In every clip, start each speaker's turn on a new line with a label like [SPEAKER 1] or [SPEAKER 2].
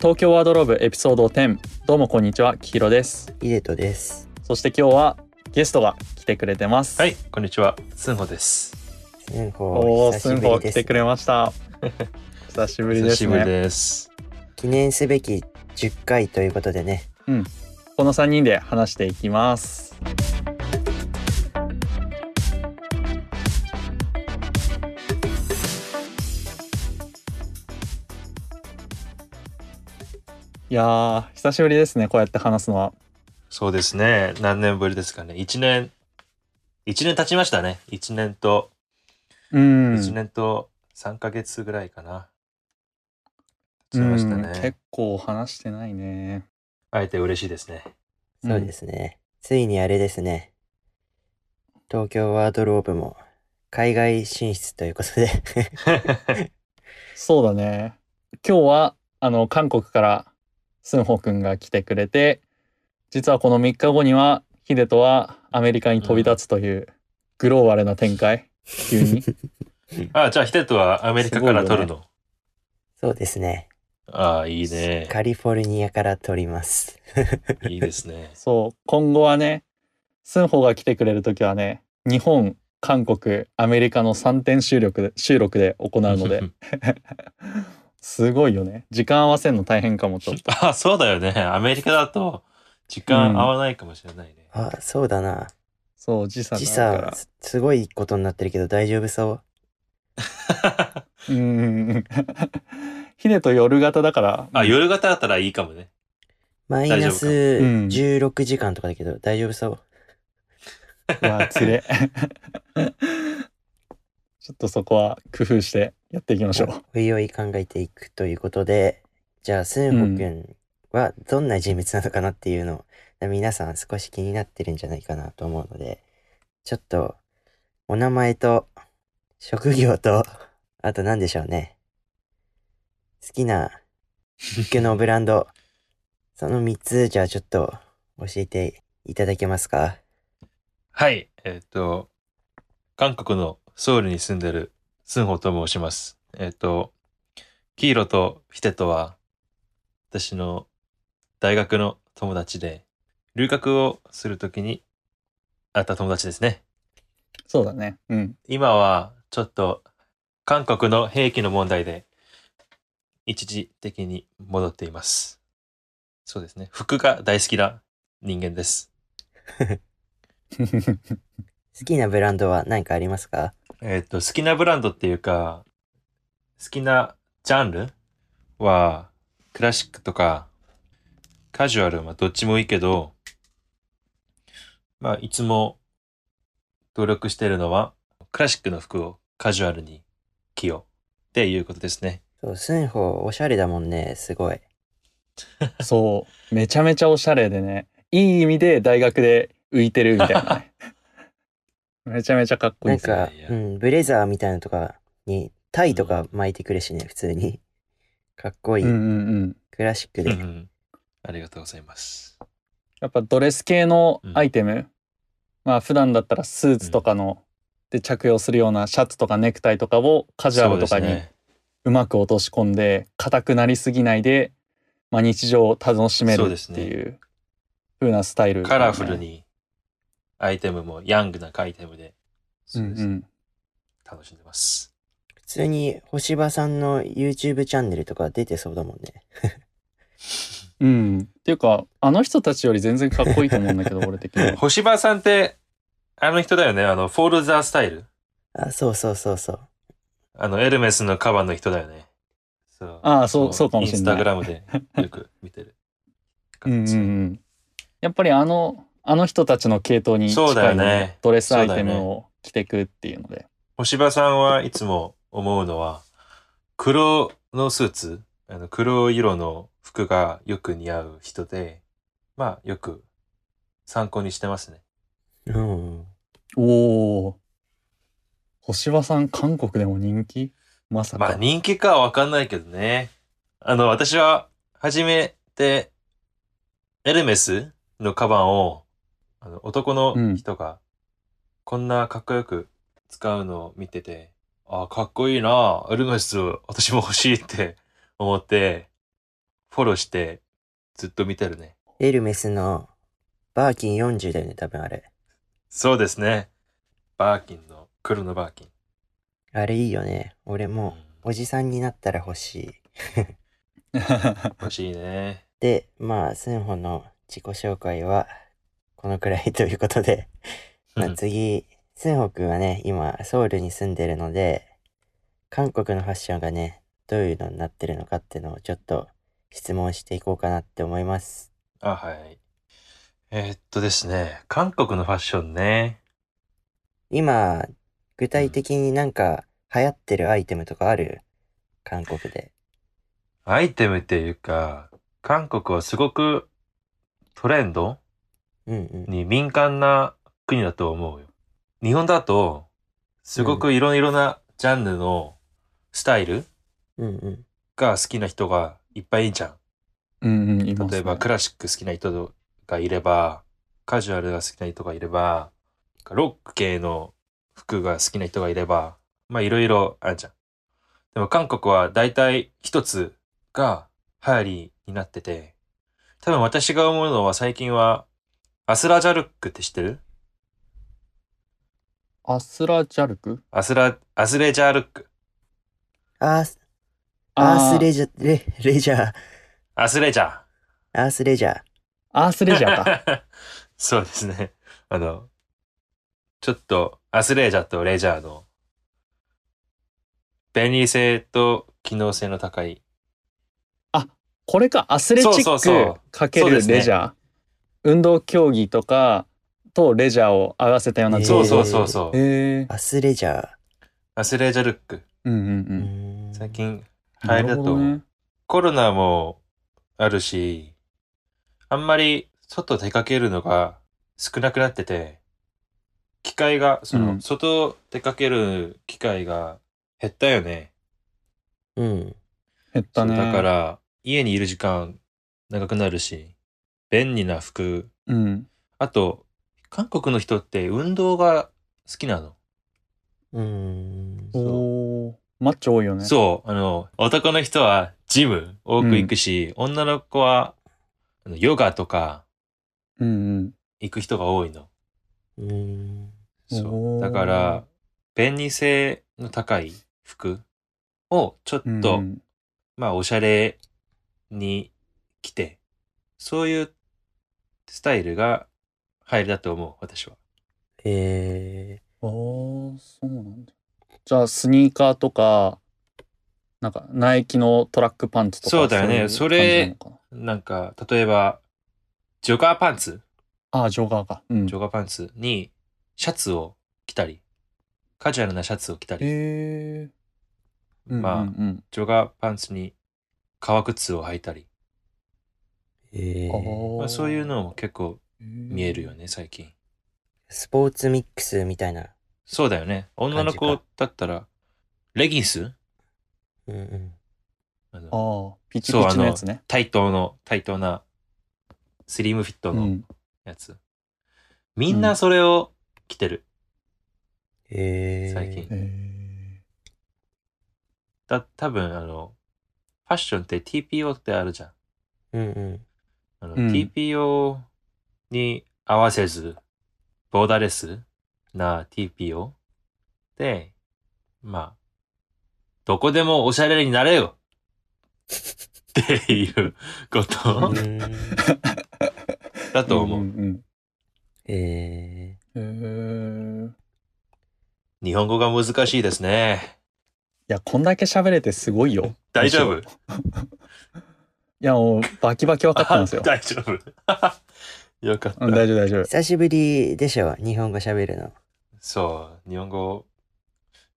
[SPEAKER 1] 東京ワードローブエピソード10どうもこんにちはきひろです
[SPEAKER 2] イデトです。
[SPEAKER 1] そして今日はゲストが来てくれてます
[SPEAKER 3] はい、こんにちは、スンホです。
[SPEAKER 2] すん
[SPEAKER 1] お
[SPEAKER 2] ほ
[SPEAKER 1] お
[SPEAKER 2] 久
[SPEAKER 1] す
[SPEAKER 2] し
[SPEAKER 1] ん
[SPEAKER 2] ぶ
[SPEAKER 1] ほ
[SPEAKER 2] り
[SPEAKER 1] 来
[SPEAKER 2] で
[SPEAKER 1] て
[SPEAKER 2] す
[SPEAKER 1] く。れました久しぶりで
[SPEAKER 3] 久
[SPEAKER 1] す
[SPEAKER 3] しぶり
[SPEAKER 1] ね
[SPEAKER 3] です。
[SPEAKER 2] 記念すべき10回ということでね。
[SPEAKER 1] この3人で話していきますいやー久しぶりですねこうやって話すのは
[SPEAKER 3] そうですね、何年ぶりですかね。1年、1年経ちましたね。1年と、
[SPEAKER 1] うん
[SPEAKER 3] 1年と3ヶ月ぐらいかな。経ちました
[SPEAKER 1] うん
[SPEAKER 3] ね
[SPEAKER 1] 結。構話してないね
[SPEAKER 3] 会えて嬉しいですね。
[SPEAKER 1] うん
[SPEAKER 2] そうですね。ついにあれですね。東京ワードローブも海外進出ということで。
[SPEAKER 1] そうだね。今日はあの韓国からスンホ君が来てくれて、実はこの3日後にはヒデとはアメリカに飛び立つというグローバルな展開。急 に。
[SPEAKER 3] あ、じゃあ、ヒデトはアメリカから撮る
[SPEAKER 1] す。
[SPEAKER 3] の。
[SPEAKER 2] そうですね。
[SPEAKER 3] ああ、いいね。
[SPEAKER 2] カリフォルニアから撮ります。
[SPEAKER 3] いいですね
[SPEAKER 1] そう今後はね、スンホが来てくれる時はね、日本、韓国、アメリカの3点収録で収録で行うの で、すごいよね。時間合わせるの大変かもと。
[SPEAKER 3] あ、そうだよね。アメリカだと時間合わないかもしれないね。
[SPEAKER 2] あ、そうだな。
[SPEAKER 1] そう時差
[SPEAKER 2] 時
[SPEAKER 1] があるか
[SPEAKER 2] 差
[SPEAKER 1] ら。
[SPEAKER 2] す、すごいことになってるけど大丈夫そう。
[SPEAKER 1] うーん。 ヒデと夜型だから。
[SPEAKER 3] あ、夜型だったらいいかもね。
[SPEAKER 2] マイナス
[SPEAKER 1] 夫かうん
[SPEAKER 2] 16時間とかだけど大丈夫そう。
[SPEAKER 1] いや、つれ。 ちょっとそこは工夫してやっていきましょう。
[SPEAKER 2] おいおい考えていくということで、じゃあ、スンホ君はどんな人物なのかなっていうのを、皆さん少し気になってるんじゃないかなと思うので、ちょっと、お名前と、職業と、あと何でしょうね。好きな、服のブランド、その3つ、じゃあちょっと、教えていただけますか
[SPEAKER 3] はい、えっ、と、韓国のソウルに住んでるスンホと申します。えっ、と、キーロとヒテとは、私の大学の友達で、留学をするときに会った友達ですね。
[SPEAKER 1] そうだね。うん。
[SPEAKER 3] 今はちょっと韓国の兵器の問題で一時的に戻っています。そうですね。服が大好きな人間です。
[SPEAKER 2] 好きなブランドは何かありますか
[SPEAKER 3] えっと、好きなブランドっていうか、好きなジャンルは、クラシックとか、カジュアルはどっちもいいけど、まあ、いつも努力してるのは、クラシックの服をカジュアルに着ようっていうことですね。
[SPEAKER 2] そう、スンホ、おしゃれだもんね、すごい。
[SPEAKER 1] そう。めちゃめちゃおしゃれでね。いい意味で大学で浮いてるみたいな ね。めちゃめちゃかっこいい
[SPEAKER 2] なん
[SPEAKER 1] ですよ。
[SPEAKER 2] か
[SPEAKER 3] いや、
[SPEAKER 2] う
[SPEAKER 3] いや
[SPEAKER 2] ん、ブレザーみたいなのとかに、タイとか巻いてくるしね、普通に。かっこいい。
[SPEAKER 1] うんうんうん。
[SPEAKER 2] クラシック
[SPEAKER 3] う
[SPEAKER 2] で。
[SPEAKER 3] んありがとうございます。
[SPEAKER 1] やっぱドレス系のアイテム、まあ普段だったらスーツとかの、で着用するようなシャツとかネクタイとかをカジュアルとか
[SPEAKER 3] そう
[SPEAKER 1] に
[SPEAKER 3] ですね
[SPEAKER 1] うまく落とし込んで硬くなりすぎないで、まあ、日常を楽しめる
[SPEAKER 3] そう
[SPEAKER 1] っ
[SPEAKER 3] です
[SPEAKER 1] て
[SPEAKER 3] ね
[SPEAKER 1] いう風なスタイル、
[SPEAKER 3] カラフルに、アイテムもヤングなアイテムで、
[SPEAKER 1] う
[SPEAKER 3] そ
[SPEAKER 1] ん
[SPEAKER 3] う
[SPEAKER 1] う
[SPEAKER 3] ですね
[SPEAKER 1] ん
[SPEAKER 3] 楽しんでます。
[SPEAKER 2] 普通に、星葉さんの YouTube チャンネルとか出てそうだもんね。
[SPEAKER 1] うん、っていうかあの人たちより全然かっこいいと思うんだけ ど俺的には
[SPEAKER 3] 星葉さんって、あの人だよね。あの、フォールザースタイル。
[SPEAKER 2] あ、そうそうそうそう。
[SPEAKER 3] あの、エルメスのカバンの人だよね。そう
[SPEAKER 1] ああそうそうかもし
[SPEAKER 3] イ
[SPEAKER 1] れ
[SPEAKER 3] ンス
[SPEAKER 1] ない
[SPEAKER 3] タグラムでよく見てる。
[SPEAKER 1] うんうんうんやっぱりあのあの人たちの系統に近い
[SPEAKER 3] そうだよね
[SPEAKER 1] ドレスアイテ
[SPEAKER 3] そうだ
[SPEAKER 1] ム
[SPEAKER 3] よ
[SPEAKER 1] を着てくっていうので
[SPEAKER 3] 星葉さんはいつも思うのは、黒のスーツ、あの黒色の服がよく似合う人で、まあ、よく参考にしてますね。
[SPEAKER 2] うん。
[SPEAKER 1] おお星葉さん韓国でも人気まさ
[SPEAKER 3] まあ
[SPEAKER 1] か、
[SPEAKER 3] 人気かはわかんないけどね。あの、私は、初めて、エルメスのカバンを、あの男の人が、こんなかっこよく使うのを見てて、ああ、かっこいいな、エルメス、私も欲しいって思って、フォローしてずっと見てるね。
[SPEAKER 2] エルメスのバーキン40だよね、多分あれ。
[SPEAKER 3] そうですね。バーキンの、黒のバーキン。
[SPEAKER 2] あれいいよね。俺
[SPEAKER 3] う
[SPEAKER 2] もうおじさんになったら欲しい。
[SPEAKER 3] ん欲しいね。
[SPEAKER 2] で、まあ、スンホの自己紹介はこのくらいということで、まあ
[SPEAKER 3] うん
[SPEAKER 2] 次、スンホくんはね、今、ソウルに住んでるので、韓国のファッションがね、どういうのになってるのかっていうのをちょっと質問していこうかなって思います。
[SPEAKER 3] あ、はい。えーっとですね、韓国のファッションね。
[SPEAKER 2] 今、具体的になんか流行ってるアイテムとかある韓国で。
[SPEAKER 3] アイテムっていうか、韓国はすごくトレンド
[SPEAKER 2] うんうん。
[SPEAKER 3] に敏感な国だと思うよ。日本だと、すごくいろいろなジャンルのスタイル
[SPEAKER 2] うんうん。
[SPEAKER 3] が好きな人がいっぱいいるじゃん。
[SPEAKER 1] うんうん、います、ね。
[SPEAKER 3] 例えばクラシック好きな人がいれば、カジュアルが好きな人がいれば、ロック系の服が好きな人がいれば、まあいろいろあるじゃん。でも韓国は大体一つが流行りになってて、多分私が思うのは最近はアスラジャルックって知ってる
[SPEAKER 1] アスラジャルク
[SPEAKER 3] アスラ、アスレジャールック。
[SPEAKER 2] アース、ア
[SPEAKER 1] あ
[SPEAKER 2] ースレ
[SPEAKER 1] ジ
[SPEAKER 2] ジャー、レ、レジャー、
[SPEAKER 3] アスレジャ
[SPEAKER 2] アースレジャー。
[SPEAKER 1] アースレジャーか。
[SPEAKER 3] ー。 そうですね。あの、ちょっとアスレジャーとレジャーの便利性と機能性の高い。
[SPEAKER 1] これか、アスレチ
[SPEAKER 3] そうそう
[SPEAKER 1] ッ
[SPEAKER 3] そ
[SPEAKER 1] クかけ
[SPEAKER 3] そうで
[SPEAKER 1] る
[SPEAKER 3] すね
[SPEAKER 1] レジャー。運動競技とかとレジャーを合わせたような
[SPEAKER 2] えー
[SPEAKER 3] そうそうそうそう。
[SPEAKER 1] えー、
[SPEAKER 2] アスレジャー。
[SPEAKER 3] アスレジャールック。
[SPEAKER 1] うんうんう。
[SPEAKER 2] うんーん
[SPEAKER 3] 最近流
[SPEAKER 1] な
[SPEAKER 3] 行り
[SPEAKER 1] る
[SPEAKER 3] だ
[SPEAKER 1] ほ
[SPEAKER 3] と
[SPEAKER 1] ど
[SPEAKER 3] 思う
[SPEAKER 1] ね。
[SPEAKER 3] コロナもあるし、あんまり外出かけるのが少なくなってて、機会が、そ
[SPEAKER 1] う
[SPEAKER 3] の、
[SPEAKER 1] ん
[SPEAKER 3] 外出かける機会が減ったよね。
[SPEAKER 2] うん。
[SPEAKER 1] 減ったね。
[SPEAKER 3] そうだか、ら、家にいる時間長くなるし、便利な服。
[SPEAKER 1] うん。
[SPEAKER 3] あと、韓国の人って運動が好きなの。
[SPEAKER 2] うーん。
[SPEAKER 1] お
[SPEAKER 3] う
[SPEAKER 1] お、マッチョ多いよね。
[SPEAKER 3] そう、あの、男の人はジム多く行くし、女の子はあのヨガとか
[SPEAKER 1] う。うん
[SPEAKER 3] 行く人が多いの。
[SPEAKER 2] うーん。
[SPEAKER 3] そ
[SPEAKER 1] お
[SPEAKER 3] う。
[SPEAKER 1] ー
[SPEAKER 3] だから、便利性の高い服をちょっ
[SPEAKER 1] うん。
[SPEAKER 3] と、
[SPEAKER 1] うん
[SPEAKER 3] まあ、おしゃれに来て、そういうスタイルが入りだと思う、私は。
[SPEAKER 2] え
[SPEAKER 1] うん、おーそうなんだ。じゃあ、スニーカーとか、なんか、ナイキのトラックパンツとか。
[SPEAKER 3] そうだよね
[SPEAKER 1] ういう感じなのかな
[SPEAKER 3] なんか、例えば、ジョガーパンツ、
[SPEAKER 1] ああ、ジョガーか。うん
[SPEAKER 3] ジ。ョガーパンツにシャツを着たり、カジュアルなシャツを着たり、
[SPEAKER 1] えー。うん
[SPEAKER 3] まあ
[SPEAKER 1] うんうん
[SPEAKER 3] ジョガーパンツに革靴を履いたり、
[SPEAKER 2] ー、えー、
[SPEAKER 3] まあ、そういうのも結構見
[SPEAKER 1] 見
[SPEAKER 3] えるよ。ね、最近。
[SPEAKER 2] スポーツミックスみたいな。
[SPEAKER 3] そうだよね。女の
[SPEAKER 2] 感
[SPEAKER 3] 子
[SPEAKER 2] じ
[SPEAKER 3] だったら、レギンス
[SPEAKER 2] うんうん。
[SPEAKER 3] あの
[SPEAKER 1] ああ、ピチピチのやつね。
[SPEAKER 3] 対等の、対等な、スリムフィット
[SPEAKER 1] う
[SPEAKER 3] の
[SPEAKER 1] ん。
[SPEAKER 3] やつ。みんなそれを着てる。
[SPEAKER 2] えー、
[SPEAKER 3] 最近
[SPEAKER 1] え
[SPEAKER 3] だ、多分、あの、ファッションって TPO ってあるじゃん。
[SPEAKER 2] うんうん。
[SPEAKER 3] あの、
[SPEAKER 1] うん
[SPEAKER 3] TPO に合わせず、ボーダーレスな TPO で、まあ、どこでもおしゃれになれよっていうこ
[SPEAKER 2] う
[SPEAKER 3] と
[SPEAKER 2] ーん
[SPEAKER 3] だ
[SPEAKER 1] ー
[SPEAKER 3] と思う。
[SPEAKER 1] んん
[SPEAKER 2] え
[SPEAKER 1] うんへーい
[SPEAKER 3] 日本語が難しいですね。
[SPEAKER 1] や、こんだけ喋れてすごいよ。
[SPEAKER 3] 大丈夫
[SPEAKER 1] いや、もう、バキバキ分かったんですよ。
[SPEAKER 3] 大丈夫。よかった。
[SPEAKER 1] うん、大丈夫、大丈
[SPEAKER 2] ー、久しぶりでしょ日本語喋るの。
[SPEAKER 3] そう、日本語、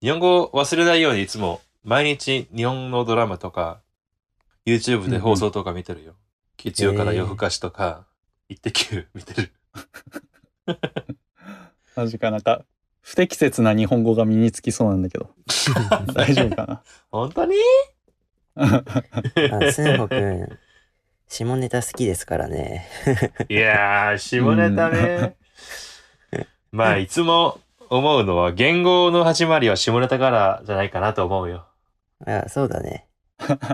[SPEAKER 3] 日本語を忘れないようにいつも毎日日本のドラマとか YouTube で放送とか見てるよ。月曜から夜更かしとか、イッテ Q 見てる。
[SPEAKER 1] 夫。マジかなんか、不適切な日本語が身につきそうなんだけ ど。大丈夫か
[SPEAKER 3] 本当に
[SPEAKER 1] な
[SPEAKER 2] あ、スンホくん、下ネタ好きですからね。
[SPEAKER 3] いやー、下ネタね。まあ、いつも思うのは言語の始まりは下ネタからじゃないかなと思うよ。
[SPEAKER 2] あ、そうだね。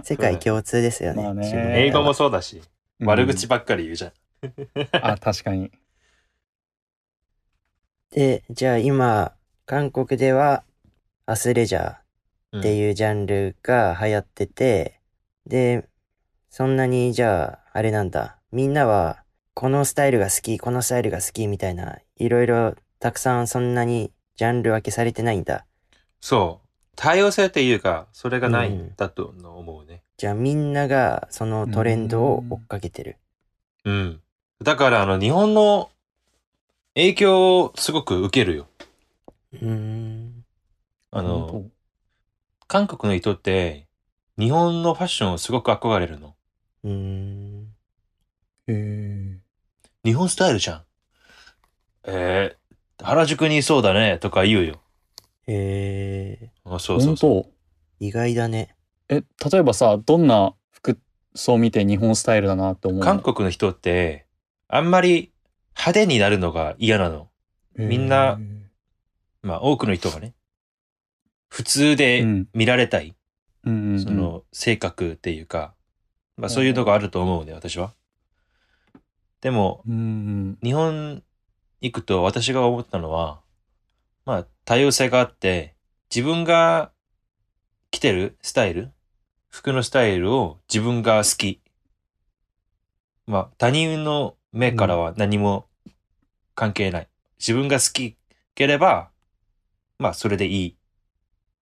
[SPEAKER 2] 世界共通ですよね。
[SPEAKER 1] まあね
[SPEAKER 2] 下ネタは
[SPEAKER 3] 英語もそうだし、
[SPEAKER 1] うん
[SPEAKER 3] 悪口ばっかり言うじゃん。
[SPEAKER 1] あ確かに
[SPEAKER 2] で、じゃあ今、韓国ではアスレジャーっていうジャンルが流行ってて、で、そんなにじゃあ、あれなんだ、みんなはこのスタイルが好き、このスタイルが好きみたいな、いろいろたくさんそんなにジャンル分けされてないんだ。
[SPEAKER 3] そう。多様性っていうか、それがない
[SPEAKER 2] うん
[SPEAKER 3] んだと思うね。
[SPEAKER 2] じゃあみんながそのトレンドを追っかけてる。
[SPEAKER 3] うん。だから、あの、日本の影響をすごく受けるよ。
[SPEAKER 2] うん。
[SPEAKER 3] あの、
[SPEAKER 1] 本
[SPEAKER 3] 韓国の人って、日本のファッションをすごく憧れるの。
[SPEAKER 2] うん。
[SPEAKER 1] 当へ
[SPEAKER 3] 日本スタイルじゃん。えー、原宿にいそうだね、とか言うよ。
[SPEAKER 2] へえ、
[SPEAKER 3] あ
[SPEAKER 1] え
[SPEAKER 3] そうそ
[SPEAKER 1] 本
[SPEAKER 3] うそう。
[SPEAKER 1] 当
[SPEAKER 2] 意外だね。
[SPEAKER 1] え例えばさどんな服装見て日本スタイルだなって思うの
[SPEAKER 3] 韓国の人って、あんまり派手になるのが嫌なの。みんなまあ、多くの人がね、普通
[SPEAKER 1] へーう
[SPEAKER 3] で
[SPEAKER 1] ん
[SPEAKER 3] 見られたい、
[SPEAKER 1] うんうん
[SPEAKER 3] その、性格っていうか、まあ、そういうのがあると思うね、私は。でも、
[SPEAKER 1] うんうん
[SPEAKER 3] 日本行くと私が思ったのは、まあ、多様性があって、自分が着てるスタイル、服のスタイルを自分が好き。まあ、他人の目からは何も関係ない。自分が好きければ、まあ、それでいい。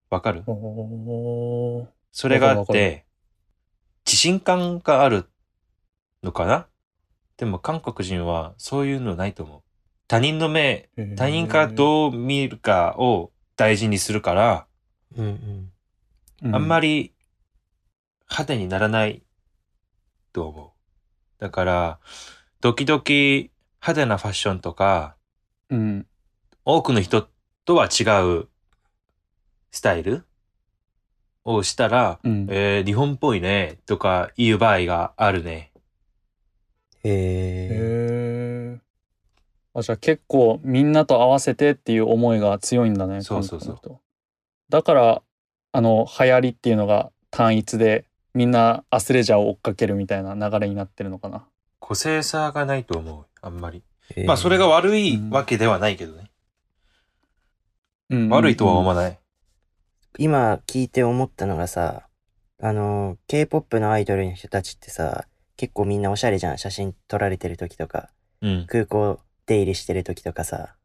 [SPEAKER 3] わかる
[SPEAKER 1] おー
[SPEAKER 3] それがあ
[SPEAKER 1] わ
[SPEAKER 3] っ
[SPEAKER 1] かるわ
[SPEAKER 3] て、自信感があるのかなでも韓国人はそういうのないと思う。他人の目、
[SPEAKER 1] へー
[SPEAKER 3] 他人からどう見るかを大事にするから、
[SPEAKER 2] うんうん。
[SPEAKER 1] うん
[SPEAKER 3] あんまり派手にならないと思う。だから、時々派手なファッションとか、
[SPEAKER 1] うん
[SPEAKER 3] 多くの人とは違うスタイルをしたら、
[SPEAKER 1] うん
[SPEAKER 3] えー日本っぽいねとか言う場合があるね。
[SPEAKER 2] へえ。
[SPEAKER 1] へえ。あ、じゃあ結構みんなと合わせてっていう思いが強いんだね。
[SPEAKER 3] そうそうそう
[SPEAKER 1] 韓国の人だから、あの、流行りっていうのが単一で、みんなアスレジャーを追っかけるみたいな流れになってるのかな。
[SPEAKER 3] 個性差がないと思う、あんまり。
[SPEAKER 2] へー
[SPEAKER 3] まあ、それが悪い
[SPEAKER 1] うん
[SPEAKER 3] わけではないけどね。
[SPEAKER 1] うんうんうん
[SPEAKER 3] 悪いとは思わない。
[SPEAKER 2] 今聞いて思ったのがさ、あの、K-POP のアイドルの人たちってさ、結構みんなおしゃれじゃん。写真撮られてる時とか、
[SPEAKER 3] うん。
[SPEAKER 2] 空港出入りしてる時とかさ。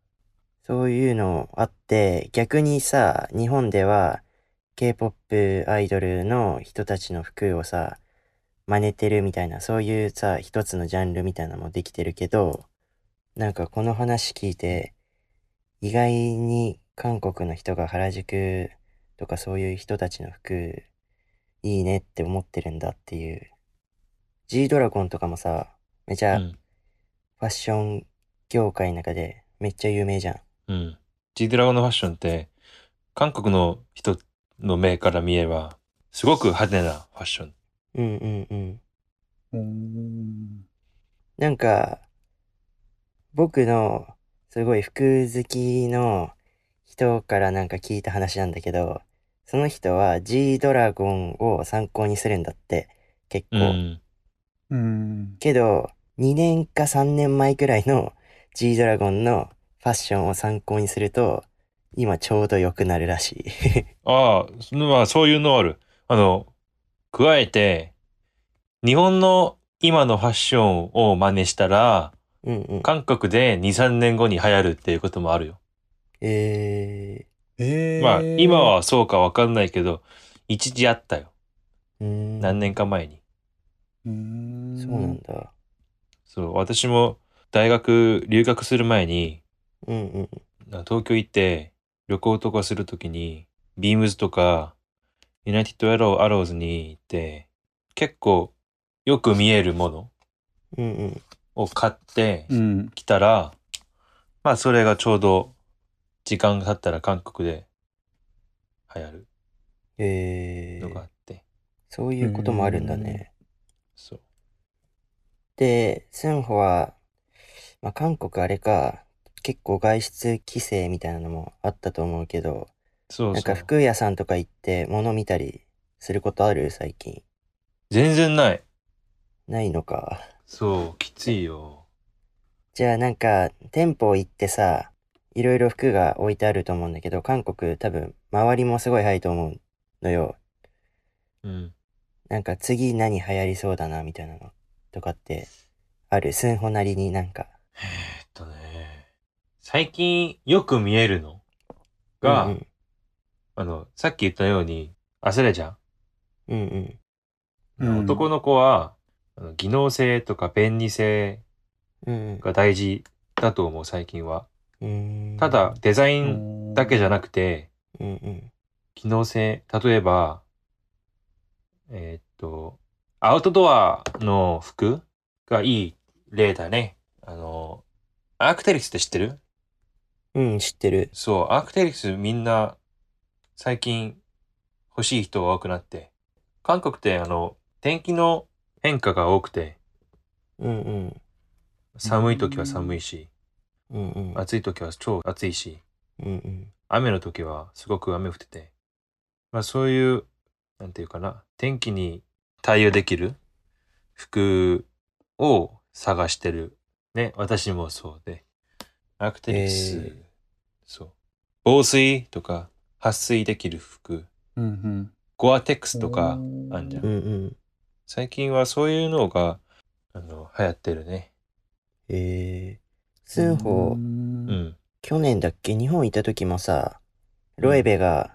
[SPEAKER 2] そういうのあって、逆にさ、日本では K-POP アイドルの人たちの服をさ、真似てるみたいな、そういうさ、一つのジャンルみたいなのもできてるけど、なんかこの話聞いて、意外に韓国の人が原宿とかそういう人たちの服、いいねって思ってるんだっていう。G ドラゴンとかもさ、めち
[SPEAKER 3] う
[SPEAKER 2] ゃフ
[SPEAKER 3] ん。
[SPEAKER 2] ァッション業界の中でめっちゃ有名じゃん。
[SPEAKER 3] うん。G ドラゴンのファッションって、韓国の人の目から見れば、すごく派手なファッション。
[SPEAKER 2] うんうんうん。
[SPEAKER 1] うん。
[SPEAKER 2] なんか、僕のすごい服好きの人からなんか聞いた話なんだけど、その人は G ドラゴンを参考にするんだって、結
[SPEAKER 3] う
[SPEAKER 2] 構。
[SPEAKER 3] ん。
[SPEAKER 1] うん。
[SPEAKER 2] けど、2年か3年前くらいの G ドラゴンのファッションを参考にすると、今ちょうど良くなるらしい。
[SPEAKER 3] ああ、そのまあ、そういうのある。あの、加えて、日本の今のファッションを真似したら、
[SPEAKER 2] うんうん。
[SPEAKER 3] 韓国で2、3年後に流行るっていうこともあるよ。
[SPEAKER 2] え
[SPEAKER 1] えー、
[SPEAKER 3] まあ、今はそうかわかんないけど、一時あったよ。
[SPEAKER 2] ー、うーん。
[SPEAKER 3] 何年か前に。
[SPEAKER 1] うーん、
[SPEAKER 2] そうなんだ。
[SPEAKER 3] そう、私も大学留学する前に、
[SPEAKER 2] うんうん。
[SPEAKER 3] な東京行って旅行とかするときに、ビームズとか、ユナイテッドアローアローズに行って、結構よく見えるもの
[SPEAKER 2] うんうん。
[SPEAKER 3] を買って
[SPEAKER 1] うん。
[SPEAKER 3] きたら、まあそれがちょうど時間が経ったら韓国で流行る
[SPEAKER 2] え
[SPEAKER 3] のがあ
[SPEAKER 2] ー、
[SPEAKER 3] って、
[SPEAKER 2] そういうこともあるんだね。
[SPEAKER 3] そう。
[SPEAKER 2] で、スンホは、まあ、韓国あれか、結構外出規制みたいなのもあったと思うけど、
[SPEAKER 3] そう
[SPEAKER 2] なん
[SPEAKER 3] そ
[SPEAKER 2] か
[SPEAKER 3] う。
[SPEAKER 2] 服屋さんとか行って物見たりすることある最近。
[SPEAKER 3] 全然ない。
[SPEAKER 2] ないのか。
[SPEAKER 3] そう、きついよ。
[SPEAKER 2] じゃあなんか、店舗行ってさ、いろいろ服が置いてあると思うんだけど、韓国多分、周りもすごい早いと思うのよ。
[SPEAKER 3] うん。
[SPEAKER 2] なんか次何流行りそうだな、みたいなのとかって、ある。スンホなりになんか。
[SPEAKER 3] えっとね、最近よく見えるのが、
[SPEAKER 2] うん
[SPEAKER 3] あの、さっき言ったように、焦れじゃん、
[SPEAKER 2] うん。うんうん
[SPEAKER 1] うん
[SPEAKER 3] 男の子は、あの技能性とか便利性
[SPEAKER 2] うん
[SPEAKER 3] が大事だと思う、最近は。
[SPEAKER 2] うん。
[SPEAKER 3] ただ、、デザイ
[SPEAKER 1] う
[SPEAKER 3] ン
[SPEAKER 1] ん
[SPEAKER 3] だけじゃなくて、
[SPEAKER 2] うんうん。
[SPEAKER 3] 機能性、例えば、えーっと、アウトドアの服がいい例だね。あの、アークテリクスって知ってる
[SPEAKER 2] うん、知ってる。
[SPEAKER 3] そう、アークテリクスみんな最近欲しい人が多くなって、韓国ってあの、天気の変化が多くて、
[SPEAKER 2] うんうん。
[SPEAKER 3] 寒い時は寒いし、
[SPEAKER 2] うんうん。
[SPEAKER 3] 暑い時は超暑いし、
[SPEAKER 2] うんうん。
[SPEAKER 3] 雨の時はすごく雨降ってて、まあそういう、なんていうかな、天気に対応できる服を探してる。ね、私もそうで。アークテリクス、
[SPEAKER 2] えー
[SPEAKER 3] そう。防水とか、撥水できる服、
[SPEAKER 1] うんうん
[SPEAKER 3] ゴアテックスとかあんじゃ
[SPEAKER 2] うん
[SPEAKER 3] ん。
[SPEAKER 2] うん。
[SPEAKER 3] 最近はそういうのが、あの、流行ってるね。
[SPEAKER 2] えー。スンホ
[SPEAKER 1] う、ん
[SPEAKER 3] うん。
[SPEAKER 2] 去年だっけ日本行った時もさ、ロエベが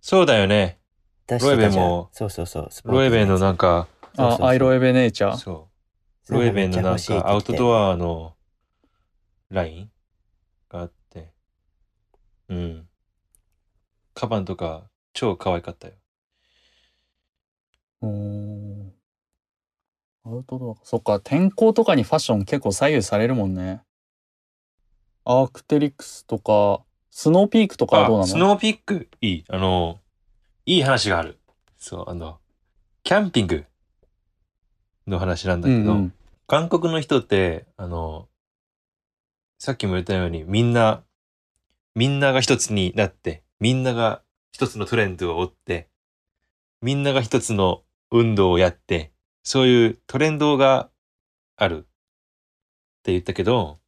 [SPEAKER 3] そうだよね。
[SPEAKER 2] 出してたじゃ
[SPEAKER 3] ロエベ
[SPEAKER 2] ん
[SPEAKER 3] も。
[SPEAKER 2] そうそうそう。スポーツ
[SPEAKER 3] ロエベの
[SPEAKER 2] や
[SPEAKER 3] なんか、
[SPEAKER 2] つそうそうそう
[SPEAKER 1] あアイロエベネイチャー
[SPEAKER 3] そう。ロエベンのなんかアウト
[SPEAKER 2] ア。
[SPEAKER 3] ドアのラインがあって、うん。カバンとか超可愛かったよ。
[SPEAKER 1] うんアウトドアかそっか天候とかにファッション結構左右されるもんねアークテリクスとかスノーピークとかはどうなの
[SPEAKER 3] あ、スノーピックいい。あの、いい話がある。そう、あの、キャンピングの話なんだけど、
[SPEAKER 1] うんうん
[SPEAKER 3] 韓国の人って、あの、さっきも言ったように、みんな、みんなが一つになって、みんなが一つのトレンドを追って、みんなが一つの運動をやって、そういうトレンドがあるって言ったけど、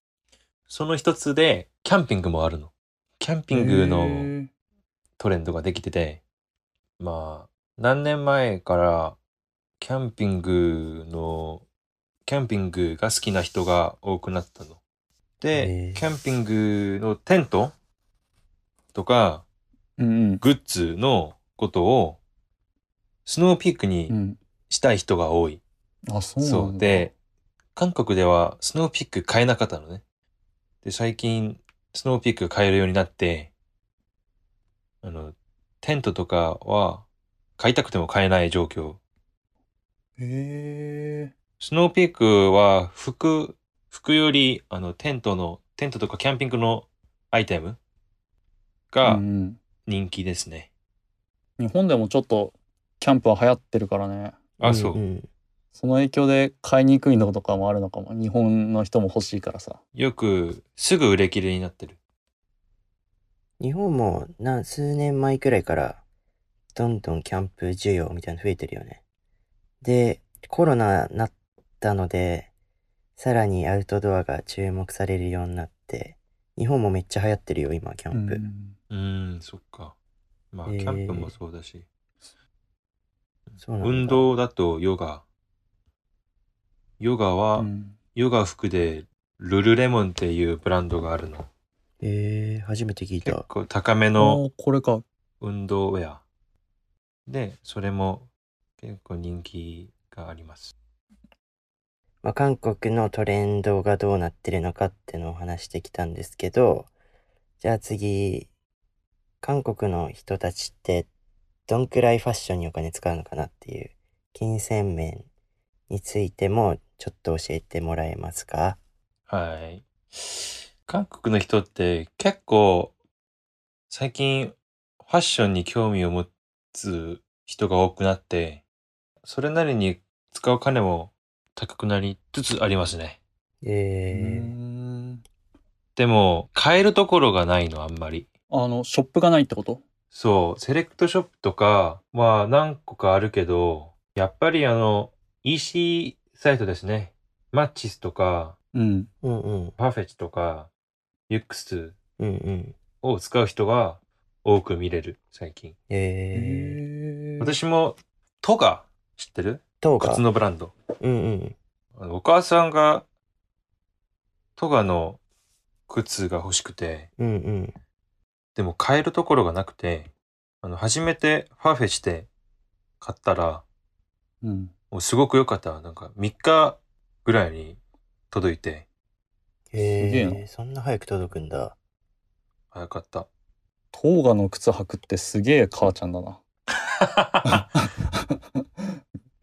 [SPEAKER 3] その一つで、キャンピングもあるの。キャンピング
[SPEAKER 1] へ
[SPEAKER 3] の
[SPEAKER 1] ー
[SPEAKER 3] トレンドができてて、まあ、何年前からキャンピングの、キャンピングが好きな人が多くなったの。
[SPEAKER 2] へ
[SPEAKER 3] で
[SPEAKER 2] え、
[SPEAKER 3] キャンピングのテントとか
[SPEAKER 1] うんうん
[SPEAKER 3] グッズのことをスノーピークに
[SPEAKER 1] うん
[SPEAKER 3] したい人が多い。
[SPEAKER 1] あそうなんだ
[SPEAKER 3] そう。で、韓国ではスノーピック買えなかったのね。で、最近、スノーピック買えるようになって、あの、テントとかは買いたくても買えない状況。
[SPEAKER 1] へえ
[SPEAKER 3] スノーピークは服、服より、あの、テントの、テントとかキャンピングのアイテム
[SPEAKER 1] う
[SPEAKER 3] が
[SPEAKER 1] んうん
[SPEAKER 3] 人気ですね。
[SPEAKER 1] 日本でもちょっとキャンプは流行ってるからね
[SPEAKER 3] あ、そう。
[SPEAKER 2] ん
[SPEAKER 1] その影響で買いにくいのとかもあるのかも日本の人も欲しいからさ
[SPEAKER 3] よく、すぐ売れ切れになってる。
[SPEAKER 2] 日本もな数年前くらいから、どんどんキャンプ需要みたいなの増えてるよね。で、コロナなったので、さらにアウトドアが注目されるようになって、日本もめっちゃ流行ってるよ、今、キャンプ。
[SPEAKER 1] うん
[SPEAKER 3] うーん、そっか。まあ、
[SPEAKER 2] え
[SPEAKER 3] キ
[SPEAKER 2] ー
[SPEAKER 3] ャンプもそうだし。
[SPEAKER 2] そうなんだ
[SPEAKER 3] 運動だとヨガ。ヨガは、
[SPEAKER 1] うん
[SPEAKER 3] ヨガ服でルルレモンっていうブランドがあるの。
[SPEAKER 2] えー、初めて聞い
[SPEAKER 3] 結
[SPEAKER 2] た。
[SPEAKER 3] 構高め
[SPEAKER 1] あ
[SPEAKER 3] の
[SPEAKER 1] ーこれか
[SPEAKER 3] 運動ウェア。で、それも結構人気があります。
[SPEAKER 2] まあ、韓国のトレンドがどうなってるのかってのを話してきたんですけど、じゃあ次、韓国の人たちってどんくらいファッションにお金使うのかなっていう、金銭面についてもちょっと教えてもらえますか
[SPEAKER 3] はい。韓国の人って結構最近ファッションに興味を持つ人が多くなって、それなりに使う金も高くなりつつありますね。
[SPEAKER 1] う
[SPEAKER 2] えー、
[SPEAKER 1] ん
[SPEAKER 3] でも、買えるところがないの、あんまり。
[SPEAKER 1] あのショップがないってこと
[SPEAKER 3] そう、セレクトショップとかは何個かあるけど、やっぱりあの、EC サイトですね。マッチスとか、
[SPEAKER 1] うん。
[SPEAKER 2] うんうん。
[SPEAKER 3] パーフェチとか、ユックス
[SPEAKER 2] うんうん。
[SPEAKER 3] を使う人が多く見れる、最近。
[SPEAKER 2] えー、
[SPEAKER 1] 私、
[SPEAKER 3] 私も、トガ、知ってる
[SPEAKER 2] とか
[SPEAKER 3] 靴。のブランド。
[SPEAKER 2] うんうん。
[SPEAKER 3] あのお母さんが、トガの靴が欲しくて、
[SPEAKER 2] うんうん。
[SPEAKER 3] でも買えるところがなくて、あの、初めてファーフェチで買ったら、
[SPEAKER 1] うん。
[SPEAKER 3] もうすごく良かった。なんか3日ぐらいに届いて、
[SPEAKER 1] すげえ
[SPEAKER 2] えー、
[SPEAKER 1] な
[SPEAKER 2] そんな早く届くんだ。
[SPEAKER 3] 早かった。
[SPEAKER 1] トーガの靴履くってすげえ母ちゃんだな。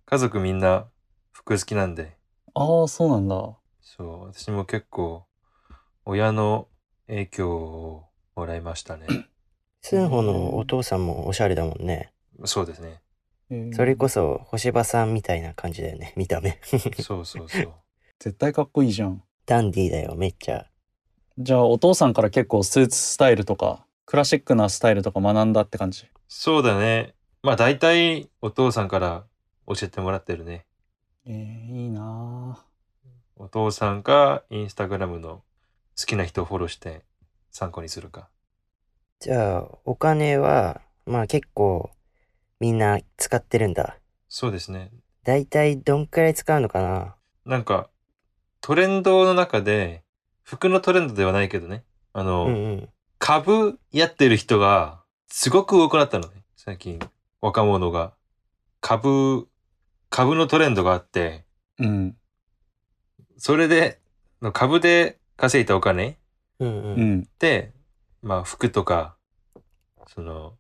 [SPEAKER 3] 家族みんな服好きなんで、
[SPEAKER 1] ああ、そうなんだ。
[SPEAKER 3] そう、私も結構親の影響をもらいましたね。
[SPEAKER 2] スンホのお父さんもおしゃれだもんね。
[SPEAKER 3] そうですね。
[SPEAKER 2] それこ
[SPEAKER 1] そ。
[SPEAKER 2] そ、星葉さんみたいな感じだよね。見 た目。
[SPEAKER 3] そうそうそう。
[SPEAKER 1] 絶対かっこいいじゃん。
[SPEAKER 2] ダンディーだよ、めっちゃ。
[SPEAKER 1] じゃあ、お父さんから結構スーツスタイルとか、クラシックなスタイルとか学んだって感じ。
[SPEAKER 3] そうだね。まあ大体お父さんから教えてもらってるね。
[SPEAKER 1] えー、いいな
[SPEAKER 3] お父さんかインスタグラムの好きな人をフォローして参考にするか。
[SPEAKER 2] じゃあ、お金は、まあ結構、みんな使ってるんだ。
[SPEAKER 3] そうですね。
[SPEAKER 2] だいたいどんくらい使うのかな
[SPEAKER 3] なんかトレンドの中で服のトレンドではないけどね。あの、
[SPEAKER 2] うんうん。
[SPEAKER 3] 株やってる人がすごく多くなったのね。最近若者が株、株のトレンドがあって、
[SPEAKER 1] ーうん。
[SPEAKER 3] それで株で稼いだお金
[SPEAKER 2] うんう。
[SPEAKER 1] うんん。
[SPEAKER 3] で、まあ服とか、その、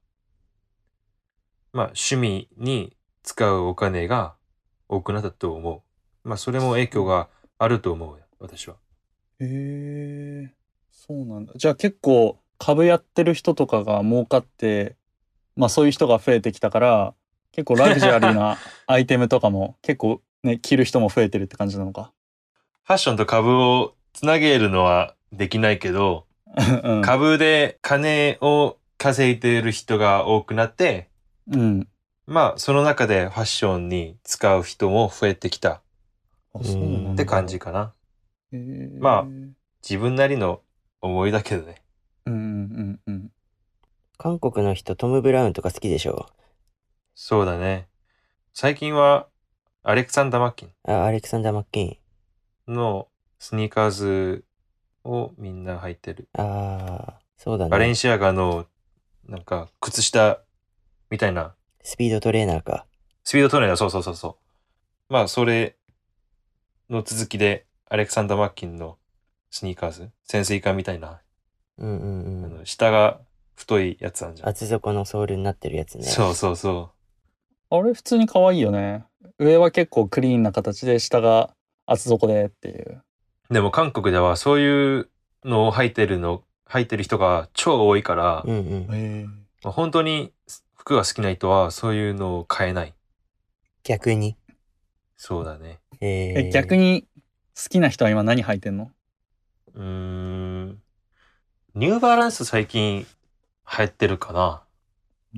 [SPEAKER 3] まあ趣味に使うお金が多くなったと思う。まあそれも影響があると思うよ、私は。
[SPEAKER 1] えー、そうなんだ。じゃあ結構、株やってる人とかが儲かって、まあそういう人が増えてきたから、結構ラグジュアリー なアイテムとかも結構ね、着る人も増えてるって感じなのか。
[SPEAKER 3] ファッションと株をつなげるのはできないけど、
[SPEAKER 1] うん。
[SPEAKER 3] 株で金を稼いでいる人が多くなって、
[SPEAKER 1] うん。
[SPEAKER 3] まあその中でファッションに使う人も増えてきた
[SPEAKER 1] あそうなんだ
[SPEAKER 3] って感じかな。
[SPEAKER 1] えー
[SPEAKER 3] まあ
[SPEAKER 1] うん
[SPEAKER 3] 自分なりの思いだけどね。
[SPEAKER 1] うんうんうん。
[SPEAKER 2] 韓国の人、トム・ブラウンとか好きでしょ
[SPEAKER 3] そうだね。最近はアレクサンダー・マッキン
[SPEAKER 2] あ、アレクサンダー・マッキン。
[SPEAKER 3] のスニーカーズをみんな履いてる。
[SPEAKER 2] あー、そうだ
[SPEAKER 3] バレン
[SPEAKER 2] ね。
[SPEAKER 3] シアガのなんか靴下みたいな
[SPEAKER 2] スピードトレーナーか。
[SPEAKER 3] スピードトレーナー、そうそうそうそう。まあそれの続きでアレクサンダー・マッキンのスニーカーズ、潜水艦みたいな、
[SPEAKER 2] うんうんう
[SPEAKER 3] あ
[SPEAKER 2] ん。
[SPEAKER 3] の下が太いやつあんじゃん。
[SPEAKER 2] 厚底のソールになってるやつね。
[SPEAKER 3] そうそうそ
[SPEAKER 1] あれ普通に可愛いよね。上は結構クリーンな形で下が厚底でっていう。
[SPEAKER 3] う。でも韓国ではそういうのを履いてるの、履いてる人が超多いから、
[SPEAKER 2] うんうん。
[SPEAKER 1] え
[SPEAKER 3] まあ本当に服が好きな人はそういうのを買えない。
[SPEAKER 2] 逆に。
[SPEAKER 3] そうだね。
[SPEAKER 2] え
[SPEAKER 1] え逆
[SPEAKER 2] に。
[SPEAKER 1] に好きな人は今何履いてんの
[SPEAKER 3] うーん。ニューバランス最近流行ってるか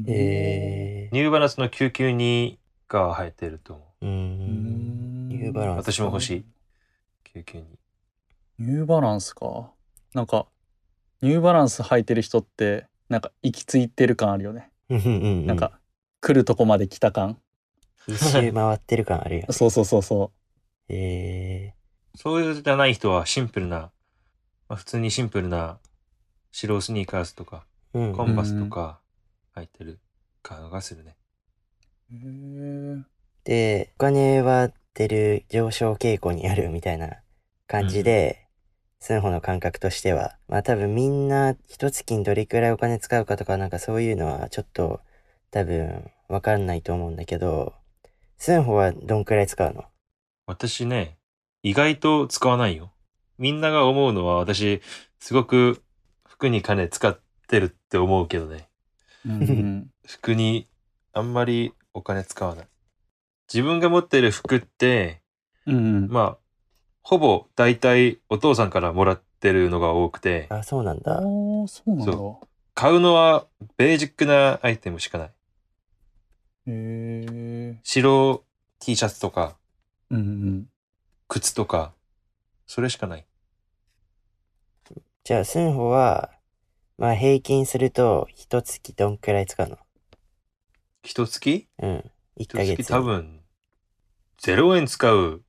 [SPEAKER 3] な。
[SPEAKER 2] え
[SPEAKER 3] ニューバランスの992が流行ってると思う。
[SPEAKER 2] ー、うーん。ニューバランス
[SPEAKER 3] 私も欲しい。992。
[SPEAKER 1] い。ニューバランスか。なんかニューバランス履いてる人ってなんか行き着いてる感あるよね。
[SPEAKER 2] うんうんうん。
[SPEAKER 1] なん。か来るとこまで来た感。
[SPEAKER 2] 一周回ってる感ある よ。
[SPEAKER 1] そうそうそうそ
[SPEAKER 2] え
[SPEAKER 3] そういうじゃない人はシンプルな、まあ、普通にシンプルな白スニーカーズとか
[SPEAKER 2] ー、うん。
[SPEAKER 3] コンパスとか入ってる感がするね。
[SPEAKER 1] う。へー
[SPEAKER 2] で、お金は出る上昇傾向にあるみたいな感じで、スンホの感覚としては、まあ多分みんな一月にどれくらいお金使うかとかなんかそういうのはちょっと多分わかんないと思うんだけど、スンホはどんくらい使うの
[SPEAKER 3] 私ね、意外と使わないよ。みんなが思うのは私、すごく服に金使ってるって思うけどね。
[SPEAKER 1] うんうん、
[SPEAKER 3] 服にあんまりお金使わない。自分が持ってる服って、
[SPEAKER 1] うんうん。
[SPEAKER 3] まあ、ほぼ大体お父さんからもらってるのが多くて、
[SPEAKER 2] あ、そうなん
[SPEAKER 1] ああ
[SPEAKER 2] だ。
[SPEAKER 1] ーそうなんだ。
[SPEAKER 3] 買うのはベージックなアイテムしかない。
[SPEAKER 1] へえ。
[SPEAKER 3] 白 T シャツとか、
[SPEAKER 1] うんうん。
[SPEAKER 3] 靴とか、それしかない。
[SPEAKER 2] じゃあ、スンホは、まあ平均すると、一月どんくらい使うの
[SPEAKER 3] 一月
[SPEAKER 2] うん。1
[SPEAKER 3] 一
[SPEAKER 2] ヶ
[SPEAKER 3] 月
[SPEAKER 2] 月。
[SPEAKER 3] 多。分、0円使う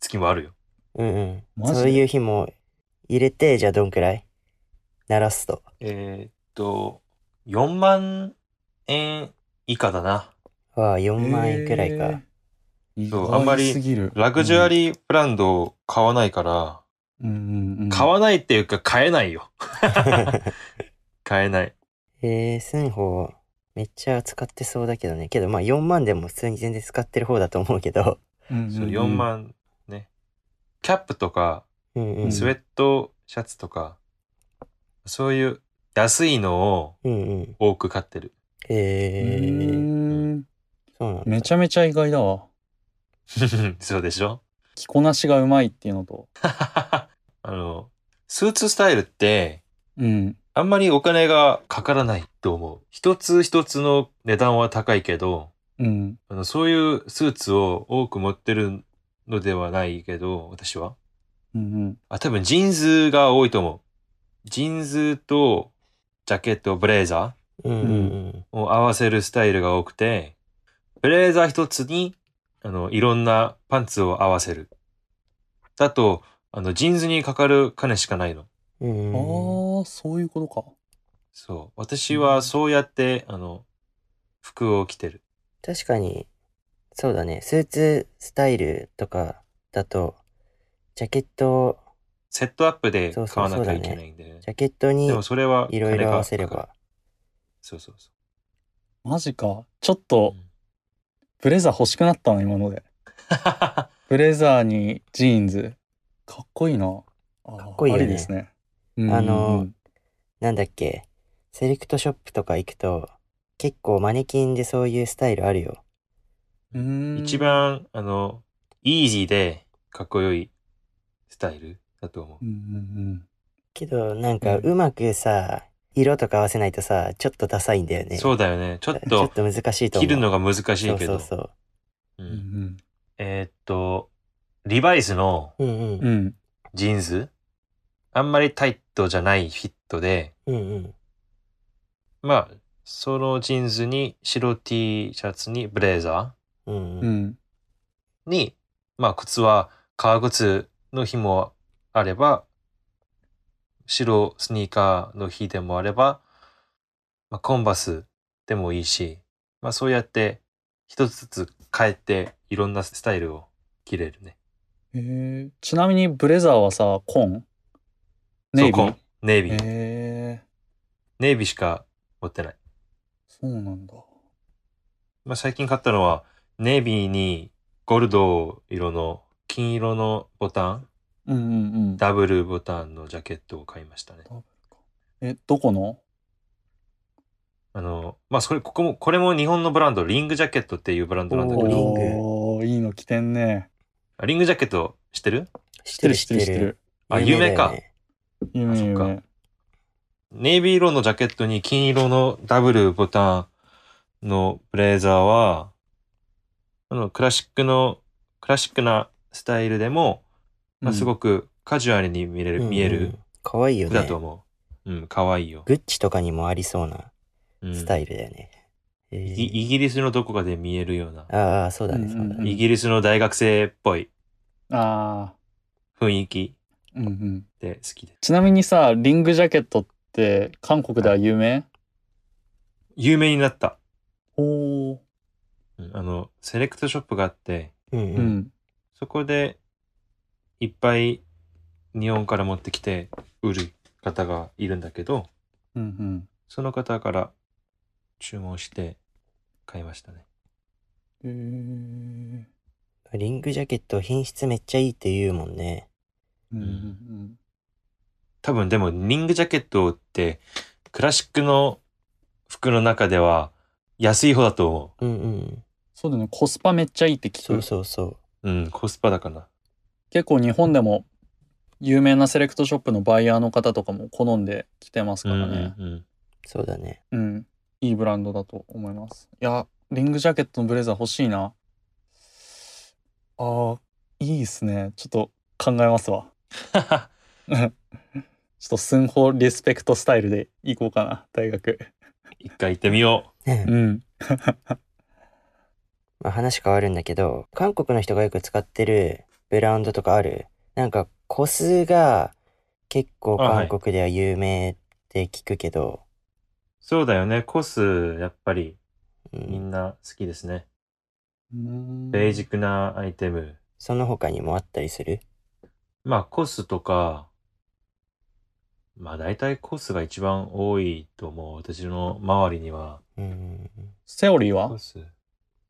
[SPEAKER 3] 月もあるよ。
[SPEAKER 2] うんうん。
[SPEAKER 1] マジで
[SPEAKER 2] そういう日も入れて、じゃあどんくらい鳴らすと。
[SPEAKER 3] えーっと、4万円以下だな。
[SPEAKER 2] ああ、4万円くらいか。
[SPEAKER 1] へー。
[SPEAKER 3] そう
[SPEAKER 1] 意外
[SPEAKER 3] あんまり
[SPEAKER 1] すぎる
[SPEAKER 3] ラグジュアリーブランドを買わないから、
[SPEAKER 1] うんうんうん、
[SPEAKER 3] 買わないっていうか買えないよ。買えない。
[SPEAKER 2] えー、スンホ、めっちゃ使ってそうだけどね。けど、まあ4万でも普通に全然使ってる方だと思うけど。
[SPEAKER 1] うんうんうん
[SPEAKER 3] そう4万ね。キャップとか、
[SPEAKER 2] うんうん。
[SPEAKER 3] スウェットシャツとか、そういう安いのを
[SPEAKER 2] うんうん。
[SPEAKER 3] 多く買ってる。
[SPEAKER 1] う
[SPEAKER 2] え
[SPEAKER 1] ー
[SPEAKER 2] ー、
[SPEAKER 1] ん
[SPEAKER 2] そうなんだ。
[SPEAKER 1] めちゃめちゃ意外だわ
[SPEAKER 3] そうでしょ
[SPEAKER 1] 着こなしがうまいっていうのと
[SPEAKER 3] あの、スーツスタイルって、
[SPEAKER 1] うん
[SPEAKER 3] あんまりお金がかからないと思う。一つ一つの値段は高いけど、
[SPEAKER 1] うん
[SPEAKER 3] あのそういうスーツを多く持ってるのではないけど、私は。
[SPEAKER 1] うんうん
[SPEAKER 3] あ、多分ジーンズが多いと思う。ジーンズとジャケット、ブレーザ
[SPEAKER 2] うんうん
[SPEAKER 3] ーを合わせるスタイルが多くて、ブレーザー一つに、あの、いろんなパンツを合わせる。だと、あの、ジーンズにかかる金しかないの。
[SPEAKER 2] うん。うんうんうん。
[SPEAKER 1] ああそういうことか
[SPEAKER 3] そう。私はそうやって、あの、服を着てる。
[SPEAKER 2] 確かに、そうだね。スーツスタイルとかだと、ジャケット、
[SPEAKER 3] セットアップで
[SPEAKER 2] そ
[SPEAKER 3] 買
[SPEAKER 2] うそう
[SPEAKER 3] わなきゃいけないんでね。
[SPEAKER 2] ジャケットに
[SPEAKER 3] でもそれは、
[SPEAKER 2] いろいろ合わせれ
[SPEAKER 3] 金がかかる。
[SPEAKER 2] ば。
[SPEAKER 3] そうそうそ
[SPEAKER 1] マジかちょっ
[SPEAKER 3] う。
[SPEAKER 1] とブレザー欲しくなったな今のでブレザーにジーンズかっこいいなか
[SPEAKER 2] かっこいいよね
[SPEAKER 1] ありですねうんうんうん
[SPEAKER 2] あのなんだっけ、セレクトショップとか行くと、結構マネキンでそういうスタイルあるよ。
[SPEAKER 1] うーん
[SPEAKER 3] 一番、あの、イージーでかっこよいスタイルだと思
[SPEAKER 1] う
[SPEAKER 3] う。
[SPEAKER 1] んうん
[SPEAKER 2] けど、なんか
[SPEAKER 1] うん
[SPEAKER 2] うまくさ、色とか合わせないとさ、ちょっとダサいんだよね。
[SPEAKER 3] そうだよね。ちょっ
[SPEAKER 2] ちょっ
[SPEAKER 3] と、
[SPEAKER 2] と難しいと思
[SPEAKER 3] 切
[SPEAKER 2] う。
[SPEAKER 3] るのが難しいけ
[SPEAKER 2] そう
[SPEAKER 3] ど。
[SPEAKER 2] そうそう
[SPEAKER 3] う
[SPEAKER 1] うんうんん
[SPEAKER 3] えーっと、リバイスの。
[SPEAKER 2] うんうん。
[SPEAKER 1] うんうん
[SPEAKER 3] ジーンズあんまりタイトじゃないフィットで、
[SPEAKER 2] うんうん。
[SPEAKER 3] まあ、そのジーンズに白 T シャツにブレーザ
[SPEAKER 2] うん
[SPEAKER 1] う
[SPEAKER 2] うん。
[SPEAKER 1] ん
[SPEAKER 3] ーに、まあ靴は革靴の日もあれば、白スニーカーの日でもあれば、まあ、コンバスでもいいし、まあそうやって一つずつ変えていろんなスタイルを着れるね。
[SPEAKER 1] へえちなみにブレザーはさコンネイビ
[SPEAKER 3] そう
[SPEAKER 1] ー
[SPEAKER 3] こうネイビ
[SPEAKER 1] へ
[SPEAKER 3] ー。
[SPEAKER 1] え
[SPEAKER 3] ネイビーしか持ってない。
[SPEAKER 1] そうなんだ
[SPEAKER 3] まあ、最近買ったのは、ネイビーにゴールド色の金色のボタン、
[SPEAKER 1] うんうんうん
[SPEAKER 3] ダブルボタンのジャケットを買いましたね。
[SPEAKER 1] えどこの
[SPEAKER 3] あの、まあ、それ、ここも、これも日本のブランド、リングジャケットっていうブランドなんだけ
[SPEAKER 2] お
[SPEAKER 3] ど、
[SPEAKER 2] ー
[SPEAKER 1] おーいいの着てんね
[SPEAKER 3] あリングジャケット知ってる
[SPEAKER 2] 知っ
[SPEAKER 1] 知ってて
[SPEAKER 2] る
[SPEAKER 1] る
[SPEAKER 2] 知
[SPEAKER 1] 知
[SPEAKER 2] っ
[SPEAKER 1] っててる知っ
[SPEAKER 2] る。
[SPEAKER 1] てる
[SPEAKER 3] あ
[SPEAKER 2] だよ
[SPEAKER 3] 夢
[SPEAKER 2] ね。
[SPEAKER 1] 夢
[SPEAKER 3] そっか
[SPEAKER 1] 夢
[SPEAKER 3] ネイビー色のジャケットに金色のダブルボタンのブレーザーは、あの、クラシックの、クラシックなスタイルでも、まあ、す
[SPEAKER 1] く
[SPEAKER 3] ごくカジュアルに見れる、見え
[SPEAKER 2] うんう
[SPEAKER 3] る
[SPEAKER 2] ん。かわいいよ
[SPEAKER 3] 服
[SPEAKER 2] ね。
[SPEAKER 3] だと思う。うん、可愛いよ。
[SPEAKER 2] グッチとかにもありそうな
[SPEAKER 3] うん
[SPEAKER 2] スタイルだよね。えー
[SPEAKER 3] イイギリスのどこかで見えるような、
[SPEAKER 2] ああ、そうだね、そうだ
[SPEAKER 1] うんうんうん
[SPEAKER 2] ね。
[SPEAKER 3] イギリスの大学生っぽい
[SPEAKER 1] あ
[SPEAKER 3] 雰囲気
[SPEAKER 1] ーうんうん
[SPEAKER 3] で好きで。
[SPEAKER 1] ちなみにさリングジャケットって韓国では有名
[SPEAKER 3] 有名になった。
[SPEAKER 1] おー
[SPEAKER 3] うんあの、セレクトショップがあって、
[SPEAKER 2] うん
[SPEAKER 1] う
[SPEAKER 2] うん。
[SPEAKER 1] ん
[SPEAKER 3] そこでいっぱい日本から持ってきて売る方がいるんだけど、
[SPEAKER 1] うんうん
[SPEAKER 3] その方から注文して買いましたね。
[SPEAKER 1] へー
[SPEAKER 2] リングジャケット品質めっちゃいいって言うもんね。
[SPEAKER 1] うんうん
[SPEAKER 3] 多分でもリングジャケットってクラシックの服の中では安い方だと思
[SPEAKER 2] うんうん。
[SPEAKER 1] そうだねコスパめっちゃいいって聞
[SPEAKER 2] そう
[SPEAKER 1] く
[SPEAKER 2] そうそう。
[SPEAKER 3] う。うん、コスパだかな。
[SPEAKER 1] 結構日本でも有名なセレクトショップのバイヤーの方とかも好んで着てます
[SPEAKER 3] う
[SPEAKER 1] か
[SPEAKER 3] ん
[SPEAKER 1] らね。
[SPEAKER 3] うん
[SPEAKER 2] そうだね。
[SPEAKER 1] うん。いいブランドだと思います。いや、リングジャケットのブレザー欲しいな。あー、いいっすね。ちょっと考えますわ。ちょっと寸法リスペクトスタイルで行こうかな、大学。
[SPEAKER 3] 一回行ってみよ
[SPEAKER 1] うん。
[SPEAKER 2] まあ、話変わるんだけど、韓国の人がよく使ってるブランドとかあるなんか、コスが結構
[SPEAKER 3] あは
[SPEAKER 2] 韓
[SPEAKER 3] い
[SPEAKER 2] 国では有名って聞くけど、
[SPEAKER 3] う。そうだよね。コス、やっぱり
[SPEAKER 2] うん
[SPEAKER 3] みんな好きですね。ベ
[SPEAKER 1] ベ
[SPEAKER 3] ージックなアイテム。
[SPEAKER 2] その他にもあったりする
[SPEAKER 3] まあ、コスとか、まあ大体コスが一番多いと思う。私の周りには。
[SPEAKER 2] うん。
[SPEAKER 1] セオリー
[SPEAKER 3] コ
[SPEAKER 1] は
[SPEAKER 3] ス。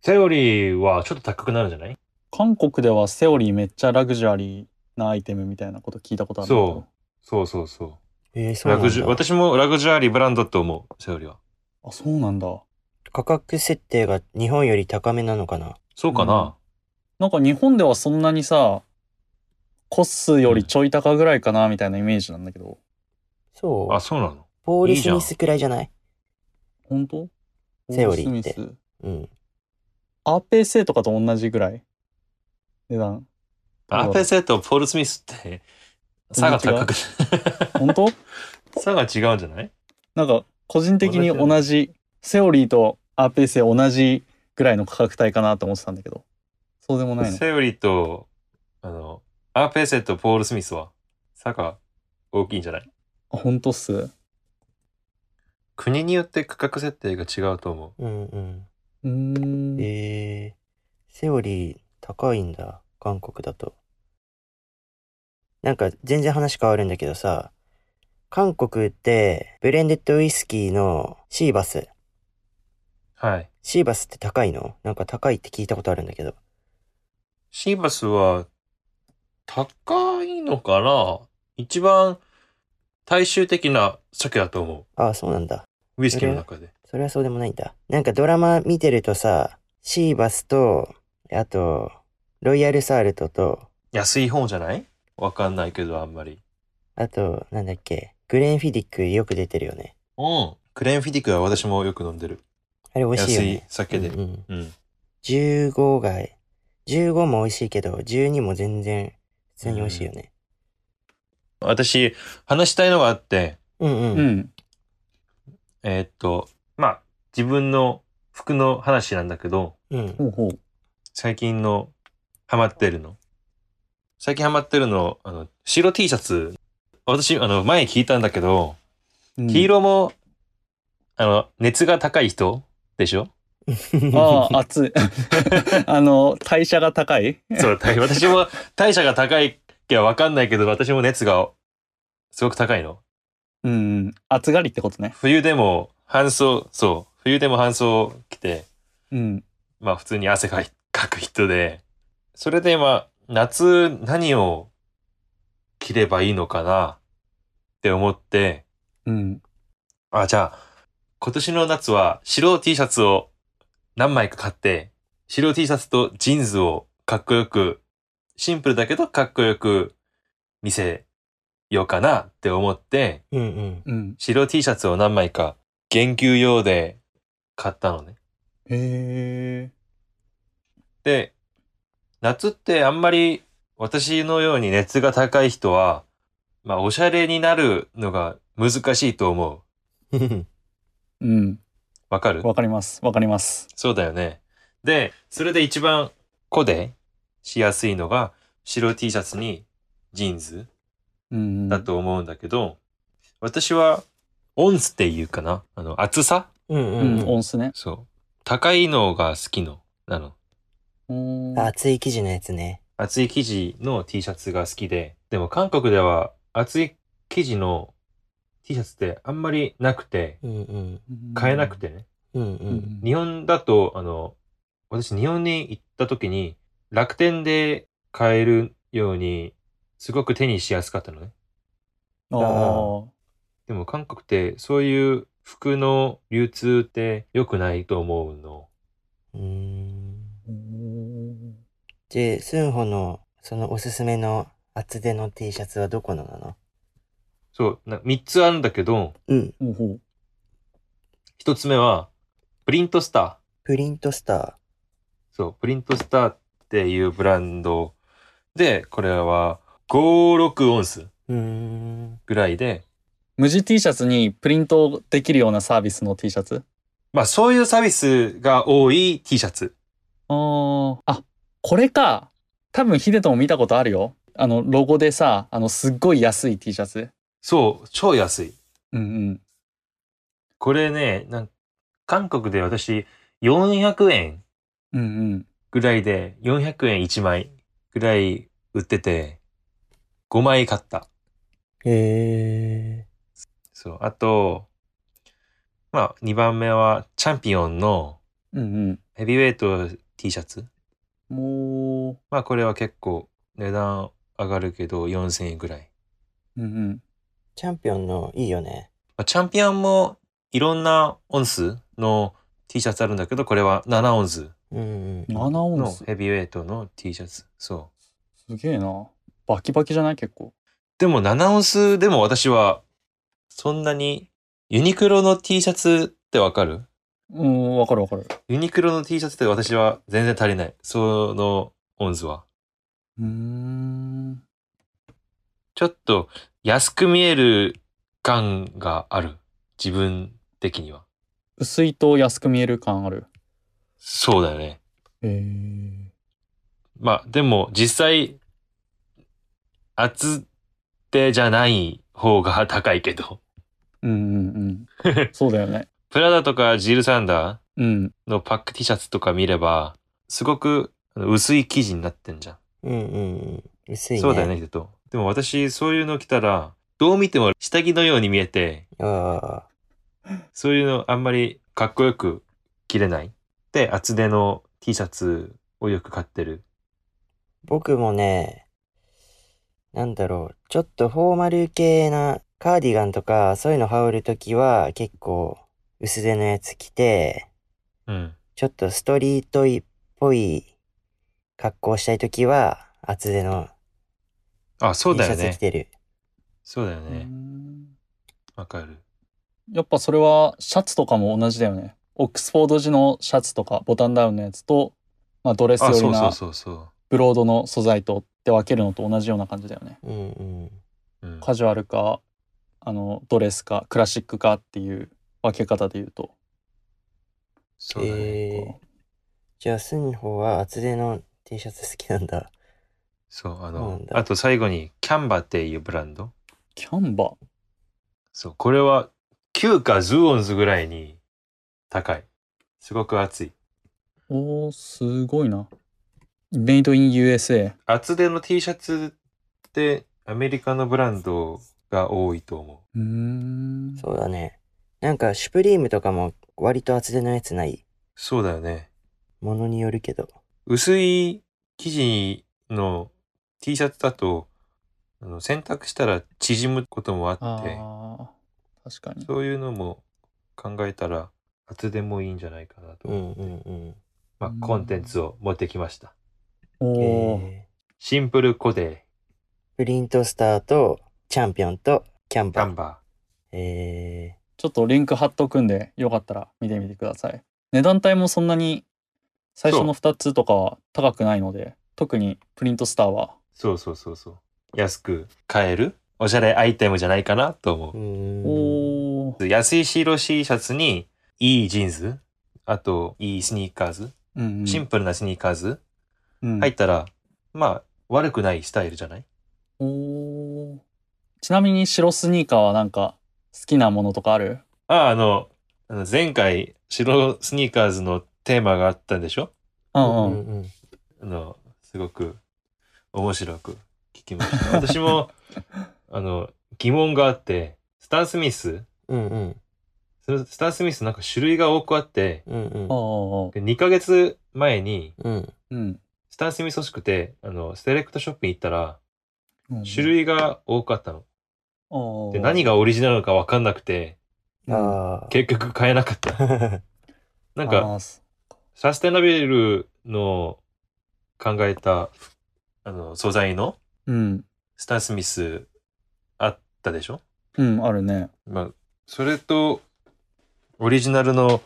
[SPEAKER 3] セオリーはちょっと高くなるんじゃない
[SPEAKER 1] 韓国ではセオリーめっちゃラグジュアリーなアイテムみたいなこと聞いたことあるんだけど
[SPEAKER 3] そそうそうそ。
[SPEAKER 2] えー、そううな
[SPEAKER 3] ラ
[SPEAKER 2] んだ
[SPEAKER 3] グジュ、私もラグジュアリーブランドって思う。セオリーは。
[SPEAKER 1] あ、そうなんだ。
[SPEAKER 2] 価格設定が日本より高めなのかな
[SPEAKER 3] そうかな、
[SPEAKER 1] なんか日本ではそんなにさ、コスよりちょい高ぐらいかなみたいなイメージなんだけど。
[SPEAKER 2] そう。
[SPEAKER 3] あ、そうなの
[SPEAKER 2] ポール・
[SPEAKER 3] いい
[SPEAKER 2] ス
[SPEAKER 3] じゃん
[SPEAKER 2] ミスくらいじゃない
[SPEAKER 1] 本当
[SPEAKER 2] セオリーって
[SPEAKER 1] ポルスミス
[SPEAKER 2] うん。
[SPEAKER 1] アーペーセーとかと同じぐらい値段。
[SPEAKER 3] アーペセとポール・スミスって、差が高く、
[SPEAKER 1] 本当
[SPEAKER 3] 差が違うんじゃない
[SPEAKER 1] なんか個人的に同じ、セオリーとアーペーセー同じぐらいの価格帯かなと思ってたんだけど。そうでもないの。
[SPEAKER 3] セオリーと、あの、アーペセとポール・スミスは、差が大きいんじゃない
[SPEAKER 1] あ本当っす。
[SPEAKER 3] 国によって価格設定が違うと思
[SPEAKER 2] うんうん。
[SPEAKER 1] うーん。
[SPEAKER 2] えー、セオリー高いんだ、韓国だと。なんか全然話変わるんだけどさ、韓国ってブレンデッドウイスキーのシーバス。
[SPEAKER 3] う。はい。
[SPEAKER 2] シーバスって高いのなんか高いって聞いたことあるんだけど。
[SPEAKER 3] シーバスは、高いのかな一番大衆的な酒だと思
[SPEAKER 2] ああ、そうなんだ。
[SPEAKER 3] う。ウイスキーの中で。
[SPEAKER 2] それはそうでもないんだ。なんかドラマ見てるとさ、シーバスと、あと、ロイヤルサールトと、
[SPEAKER 3] 安い方じゃないわかんないけど、あんまり。
[SPEAKER 2] あと、なんだっけ、グレンフィディックよく出てるよね。
[SPEAKER 3] うん。クレーンフィディックは私もよく飲んでる。
[SPEAKER 2] あれ美味しいよ
[SPEAKER 3] 安
[SPEAKER 2] ね。
[SPEAKER 3] い酒で。
[SPEAKER 2] うんうん
[SPEAKER 3] うん。
[SPEAKER 2] 15が、15も美味しいけど、12も全然普通に美味しいよね。
[SPEAKER 3] 私、話したいのがあって、
[SPEAKER 2] うんうん。
[SPEAKER 1] うん。
[SPEAKER 3] えーっと、まあ、自分の服の話なんだけど、
[SPEAKER 2] うん。
[SPEAKER 1] ほうほう。
[SPEAKER 3] 最近のハマってるの。最近ハマってるの、あの、白 T シャツ。私、あの、前聞いたんだけど、
[SPEAKER 1] うん
[SPEAKER 3] 黄色も、あの、熱が高い人でしょ
[SPEAKER 1] ああ、熱い。 あの、代謝が高い
[SPEAKER 3] そう、大私も代謝が高いけはわかんないけど、私も熱がすごく高いの。
[SPEAKER 1] うんうん。暑がりってことね。
[SPEAKER 3] 冬でも半袖、そう、冬でも半袖着て、
[SPEAKER 1] うん。
[SPEAKER 3] まあ普通に汗かいかく人で、それでまあ夏何を着ればいいのかなって思って、
[SPEAKER 1] うん。
[SPEAKER 3] あ、じゃあ今年の夏は白 T シャツを何枚か買って、白 T シャツとジーンズをかっこよく、シンプルだけどかっこよく見せようかなって思って、
[SPEAKER 2] うんうん。
[SPEAKER 1] うん。
[SPEAKER 3] 白 T シャツを何枚か研究用で買ったのね。
[SPEAKER 1] へえ。
[SPEAKER 3] で、夏ってあんまり私のように熱が高い人は、まあ、おしゃれになるのが難しいと思う。
[SPEAKER 1] うん。
[SPEAKER 3] わかる
[SPEAKER 1] わかります。わかります。
[SPEAKER 3] そうだよね。で、それで一番コデしやすいのが白 T シャツにジーンズ
[SPEAKER 1] うん。
[SPEAKER 3] だと思うんだけど、私はオンスっていうかなあの、厚さ
[SPEAKER 2] うん
[SPEAKER 1] う、
[SPEAKER 2] うんんう
[SPEAKER 1] オ
[SPEAKER 2] ん。
[SPEAKER 1] ンスね。
[SPEAKER 3] そう。高いのが好きの、なの。
[SPEAKER 1] うーん
[SPEAKER 2] 熱い生地のやつね。
[SPEAKER 3] 厚い生地の T シャツが好きで、でも韓国では厚い生地の T シャツってあんまりなくて、
[SPEAKER 2] うんうん。
[SPEAKER 3] 買えなく。てね。
[SPEAKER 2] うんう。
[SPEAKER 1] うんん
[SPEAKER 3] 日本だと、あの、私日本に行った時に楽天で買えるように、すごく手にしやすかったのね。
[SPEAKER 1] ああ。
[SPEAKER 3] でも韓国ってそういう服の流通って良くないと思うの。
[SPEAKER 2] うーん
[SPEAKER 1] うーん
[SPEAKER 2] で、スンホの、そのおすすめの厚手の T シャツはどこのなの
[SPEAKER 3] そう、な3つあるんだけど、
[SPEAKER 2] うん。
[SPEAKER 1] ほうほう
[SPEAKER 3] 1つ目は、プリントスター。
[SPEAKER 2] プリントスタ
[SPEAKER 3] そう、プリントスターっていうブランドで、これは5、6オンス
[SPEAKER 2] ー。うーん。
[SPEAKER 3] ぐらいで、
[SPEAKER 1] 無地 T シャツにプリントできるようなサービスの T シャツ
[SPEAKER 3] まあそういうサービスが多い T シャツ。
[SPEAKER 1] あーあこれか多分ヒデとも見たことあるよあのロゴでさあのすっごい安い T シャツ
[SPEAKER 3] そう、超安い。
[SPEAKER 1] うんうん
[SPEAKER 3] これね、なん韓国で私400円
[SPEAKER 1] うんうん
[SPEAKER 3] ぐらいで、400円1枚ぐらい売ってて、5枚買った。
[SPEAKER 2] へえ。
[SPEAKER 3] そう、あと、まあ2番目はチャンピオンの
[SPEAKER 1] うん
[SPEAKER 3] ヘビーウェイト T シャツ。
[SPEAKER 1] うんも
[SPEAKER 3] まあこれは結構値段上がるけど4000円ぐらい。
[SPEAKER 1] ううんうん
[SPEAKER 2] チャンピオンのいいよね。
[SPEAKER 3] まあチャンピオンもいろんなオンスの T シャツあるんだけど、これは7オンス
[SPEAKER 2] うん、うん。
[SPEAKER 1] 7オン
[SPEAKER 3] の
[SPEAKER 1] ス
[SPEAKER 3] ヘビーウェイトの T シャツ。そう。
[SPEAKER 1] すげえなバキバキじゃない結構
[SPEAKER 3] でも7オンスでも私はそんなにユニクロの T シャツってわかる
[SPEAKER 1] うんわかるわかる
[SPEAKER 3] ユニクロの T シャツって私は全然足りない。そのオンスは。
[SPEAKER 1] うーん
[SPEAKER 3] ちょっと安く見える感がある。自分的には。
[SPEAKER 1] 薄いと安く見える感ある
[SPEAKER 3] そうだよね。
[SPEAKER 1] へえ
[SPEAKER 3] まあでも実際厚手じゃない方が高いけど
[SPEAKER 1] うんうんうんそうだよね
[SPEAKER 3] プラダとかジールサンダ
[SPEAKER 1] うん
[SPEAKER 3] ーのパック T シャツとか見ればすごくあの薄い生地になってんじゃん、
[SPEAKER 2] うんうんうん。薄いね。
[SPEAKER 3] そうだよね。ヒデトでも私そういうの着たらどう見ても下着のように見えて
[SPEAKER 2] ああ。
[SPEAKER 3] そういうのあんまりかっこよく着れないで厚手の T シャツをよく買ってる
[SPEAKER 2] 僕もね、なんだろう。ちょっとフォーマル系なカーディガンとか、そういうの羽織るときは結構薄手のやつ着て、
[SPEAKER 3] うん
[SPEAKER 2] ちょっとストリートっぽい格好したいときは厚手の
[SPEAKER 3] あそう
[SPEAKER 2] T シ
[SPEAKER 3] だ
[SPEAKER 2] ャ
[SPEAKER 3] よ
[SPEAKER 2] ツ着
[SPEAKER 3] ね
[SPEAKER 2] てる。
[SPEAKER 3] そうだよ
[SPEAKER 1] うー
[SPEAKER 3] ね
[SPEAKER 1] ん
[SPEAKER 3] わかる
[SPEAKER 1] やっぱそれはシャツとかも同じだよね。オックスフォード時のシャツとかボタンダウンのやつと、まあ、ドレス
[SPEAKER 3] あ
[SPEAKER 1] よ
[SPEAKER 3] そ
[SPEAKER 1] り
[SPEAKER 3] うそ
[SPEAKER 1] な
[SPEAKER 3] うそうそ
[SPEAKER 1] ブロードの素材とって分けるのと同じような感じだよね。
[SPEAKER 2] うんうん。
[SPEAKER 3] う、うん、
[SPEAKER 1] カジュアルかあのドレスかクラシックかっていう分け方で言うと。
[SPEAKER 3] そうだね、
[SPEAKER 2] えーじゃあ、スンホは厚手の T シャツ好きなんだ。
[SPEAKER 3] そう、あ
[SPEAKER 2] そうな
[SPEAKER 3] の
[SPEAKER 2] ん、だ
[SPEAKER 3] あと最後に、キャンバっていうブランド。
[SPEAKER 1] キャンバ
[SPEAKER 3] そう、これは9か10オンズぐらいに高い。すごく厚い。
[SPEAKER 1] おーすごいな。メイドイン USA。
[SPEAKER 3] 厚手の T シャツってアメリカのブランドが多いと思。
[SPEAKER 1] うーん。
[SPEAKER 2] そうだね。なんか、シュプリームとかも割と厚手のやつないう
[SPEAKER 3] そうだよね。
[SPEAKER 2] ものによるけど。
[SPEAKER 3] 薄い生地の T シャツだと、あの洗濯したら縮むこともあって、
[SPEAKER 1] あー確かに。
[SPEAKER 3] そういうのも考えたら厚手もいいんじゃないかなと。
[SPEAKER 2] うんうんうん。
[SPEAKER 3] まあ、コンテンツを持ってきました。
[SPEAKER 1] おー
[SPEAKER 2] え
[SPEAKER 3] シンプルコデ
[SPEAKER 2] ープリントスターとチャンピオンとキャン
[SPEAKER 3] ー、ガ
[SPEAKER 2] バ
[SPEAKER 3] ン
[SPEAKER 2] ー。
[SPEAKER 3] バー。
[SPEAKER 2] え
[SPEAKER 1] ちょっとリンク貼っとくんで、よかったら見てみてください。値段帯もそんなに最初の2つとかは高くないので、特にプリントスターは。
[SPEAKER 3] そうそうそうそう。安く買えるおしゃれアイテムじゃないかなと思
[SPEAKER 2] ー、うーん。
[SPEAKER 1] おー
[SPEAKER 3] う。安い白 C シャツに、いいジーンズ、あと、いいスニーカーズ、
[SPEAKER 1] うんうん、
[SPEAKER 3] シンプルなスニーカーズ、
[SPEAKER 1] うん
[SPEAKER 3] 入ったら、まあ、悪くないスタイルじゃない
[SPEAKER 1] おーちなみに白スニーカーはなんか好きなものとかある
[SPEAKER 3] ああ、あの、あの前回、白スニーカーズのテーマがあったんでしょ
[SPEAKER 1] うんうん。
[SPEAKER 2] うんうん。
[SPEAKER 3] あの、すごく、面白く聞き ました。私も、あの、疑問があって、スタン・スミス、
[SPEAKER 2] うんうん。
[SPEAKER 3] そのスタン・スミスなんか種類が多くあって、
[SPEAKER 2] うんうん
[SPEAKER 1] あ。あ、
[SPEAKER 3] で2ヶ月前に、
[SPEAKER 2] うん。
[SPEAKER 1] うん。
[SPEAKER 3] スタンスミス欲しくて、あの、セレクトショップに行ったら、
[SPEAKER 1] うん
[SPEAKER 3] 種類が多かったの。
[SPEAKER 1] あー
[SPEAKER 3] で、何がオリジナルなのか分かんなくて、
[SPEAKER 1] うん
[SPEAKER 2] あ
[SPEAKER 3] 結局買えなかった。
[SPEAKER 2] あ。
[SPEAKER 3] なん
[SPEAKER 1] あ
[SPEAKER 3] か、
[SPEAKER 1] ーす
[SPEAKER 3] サステナビルの考えた、あの、素材の
[SPEAKER 1] うん。
[SPEAKER 3] スタン・スミスあったでしょ
[SPEAKER 1] うん、あるね。
[SPEAKER 3] まあ、それと、オリジナルの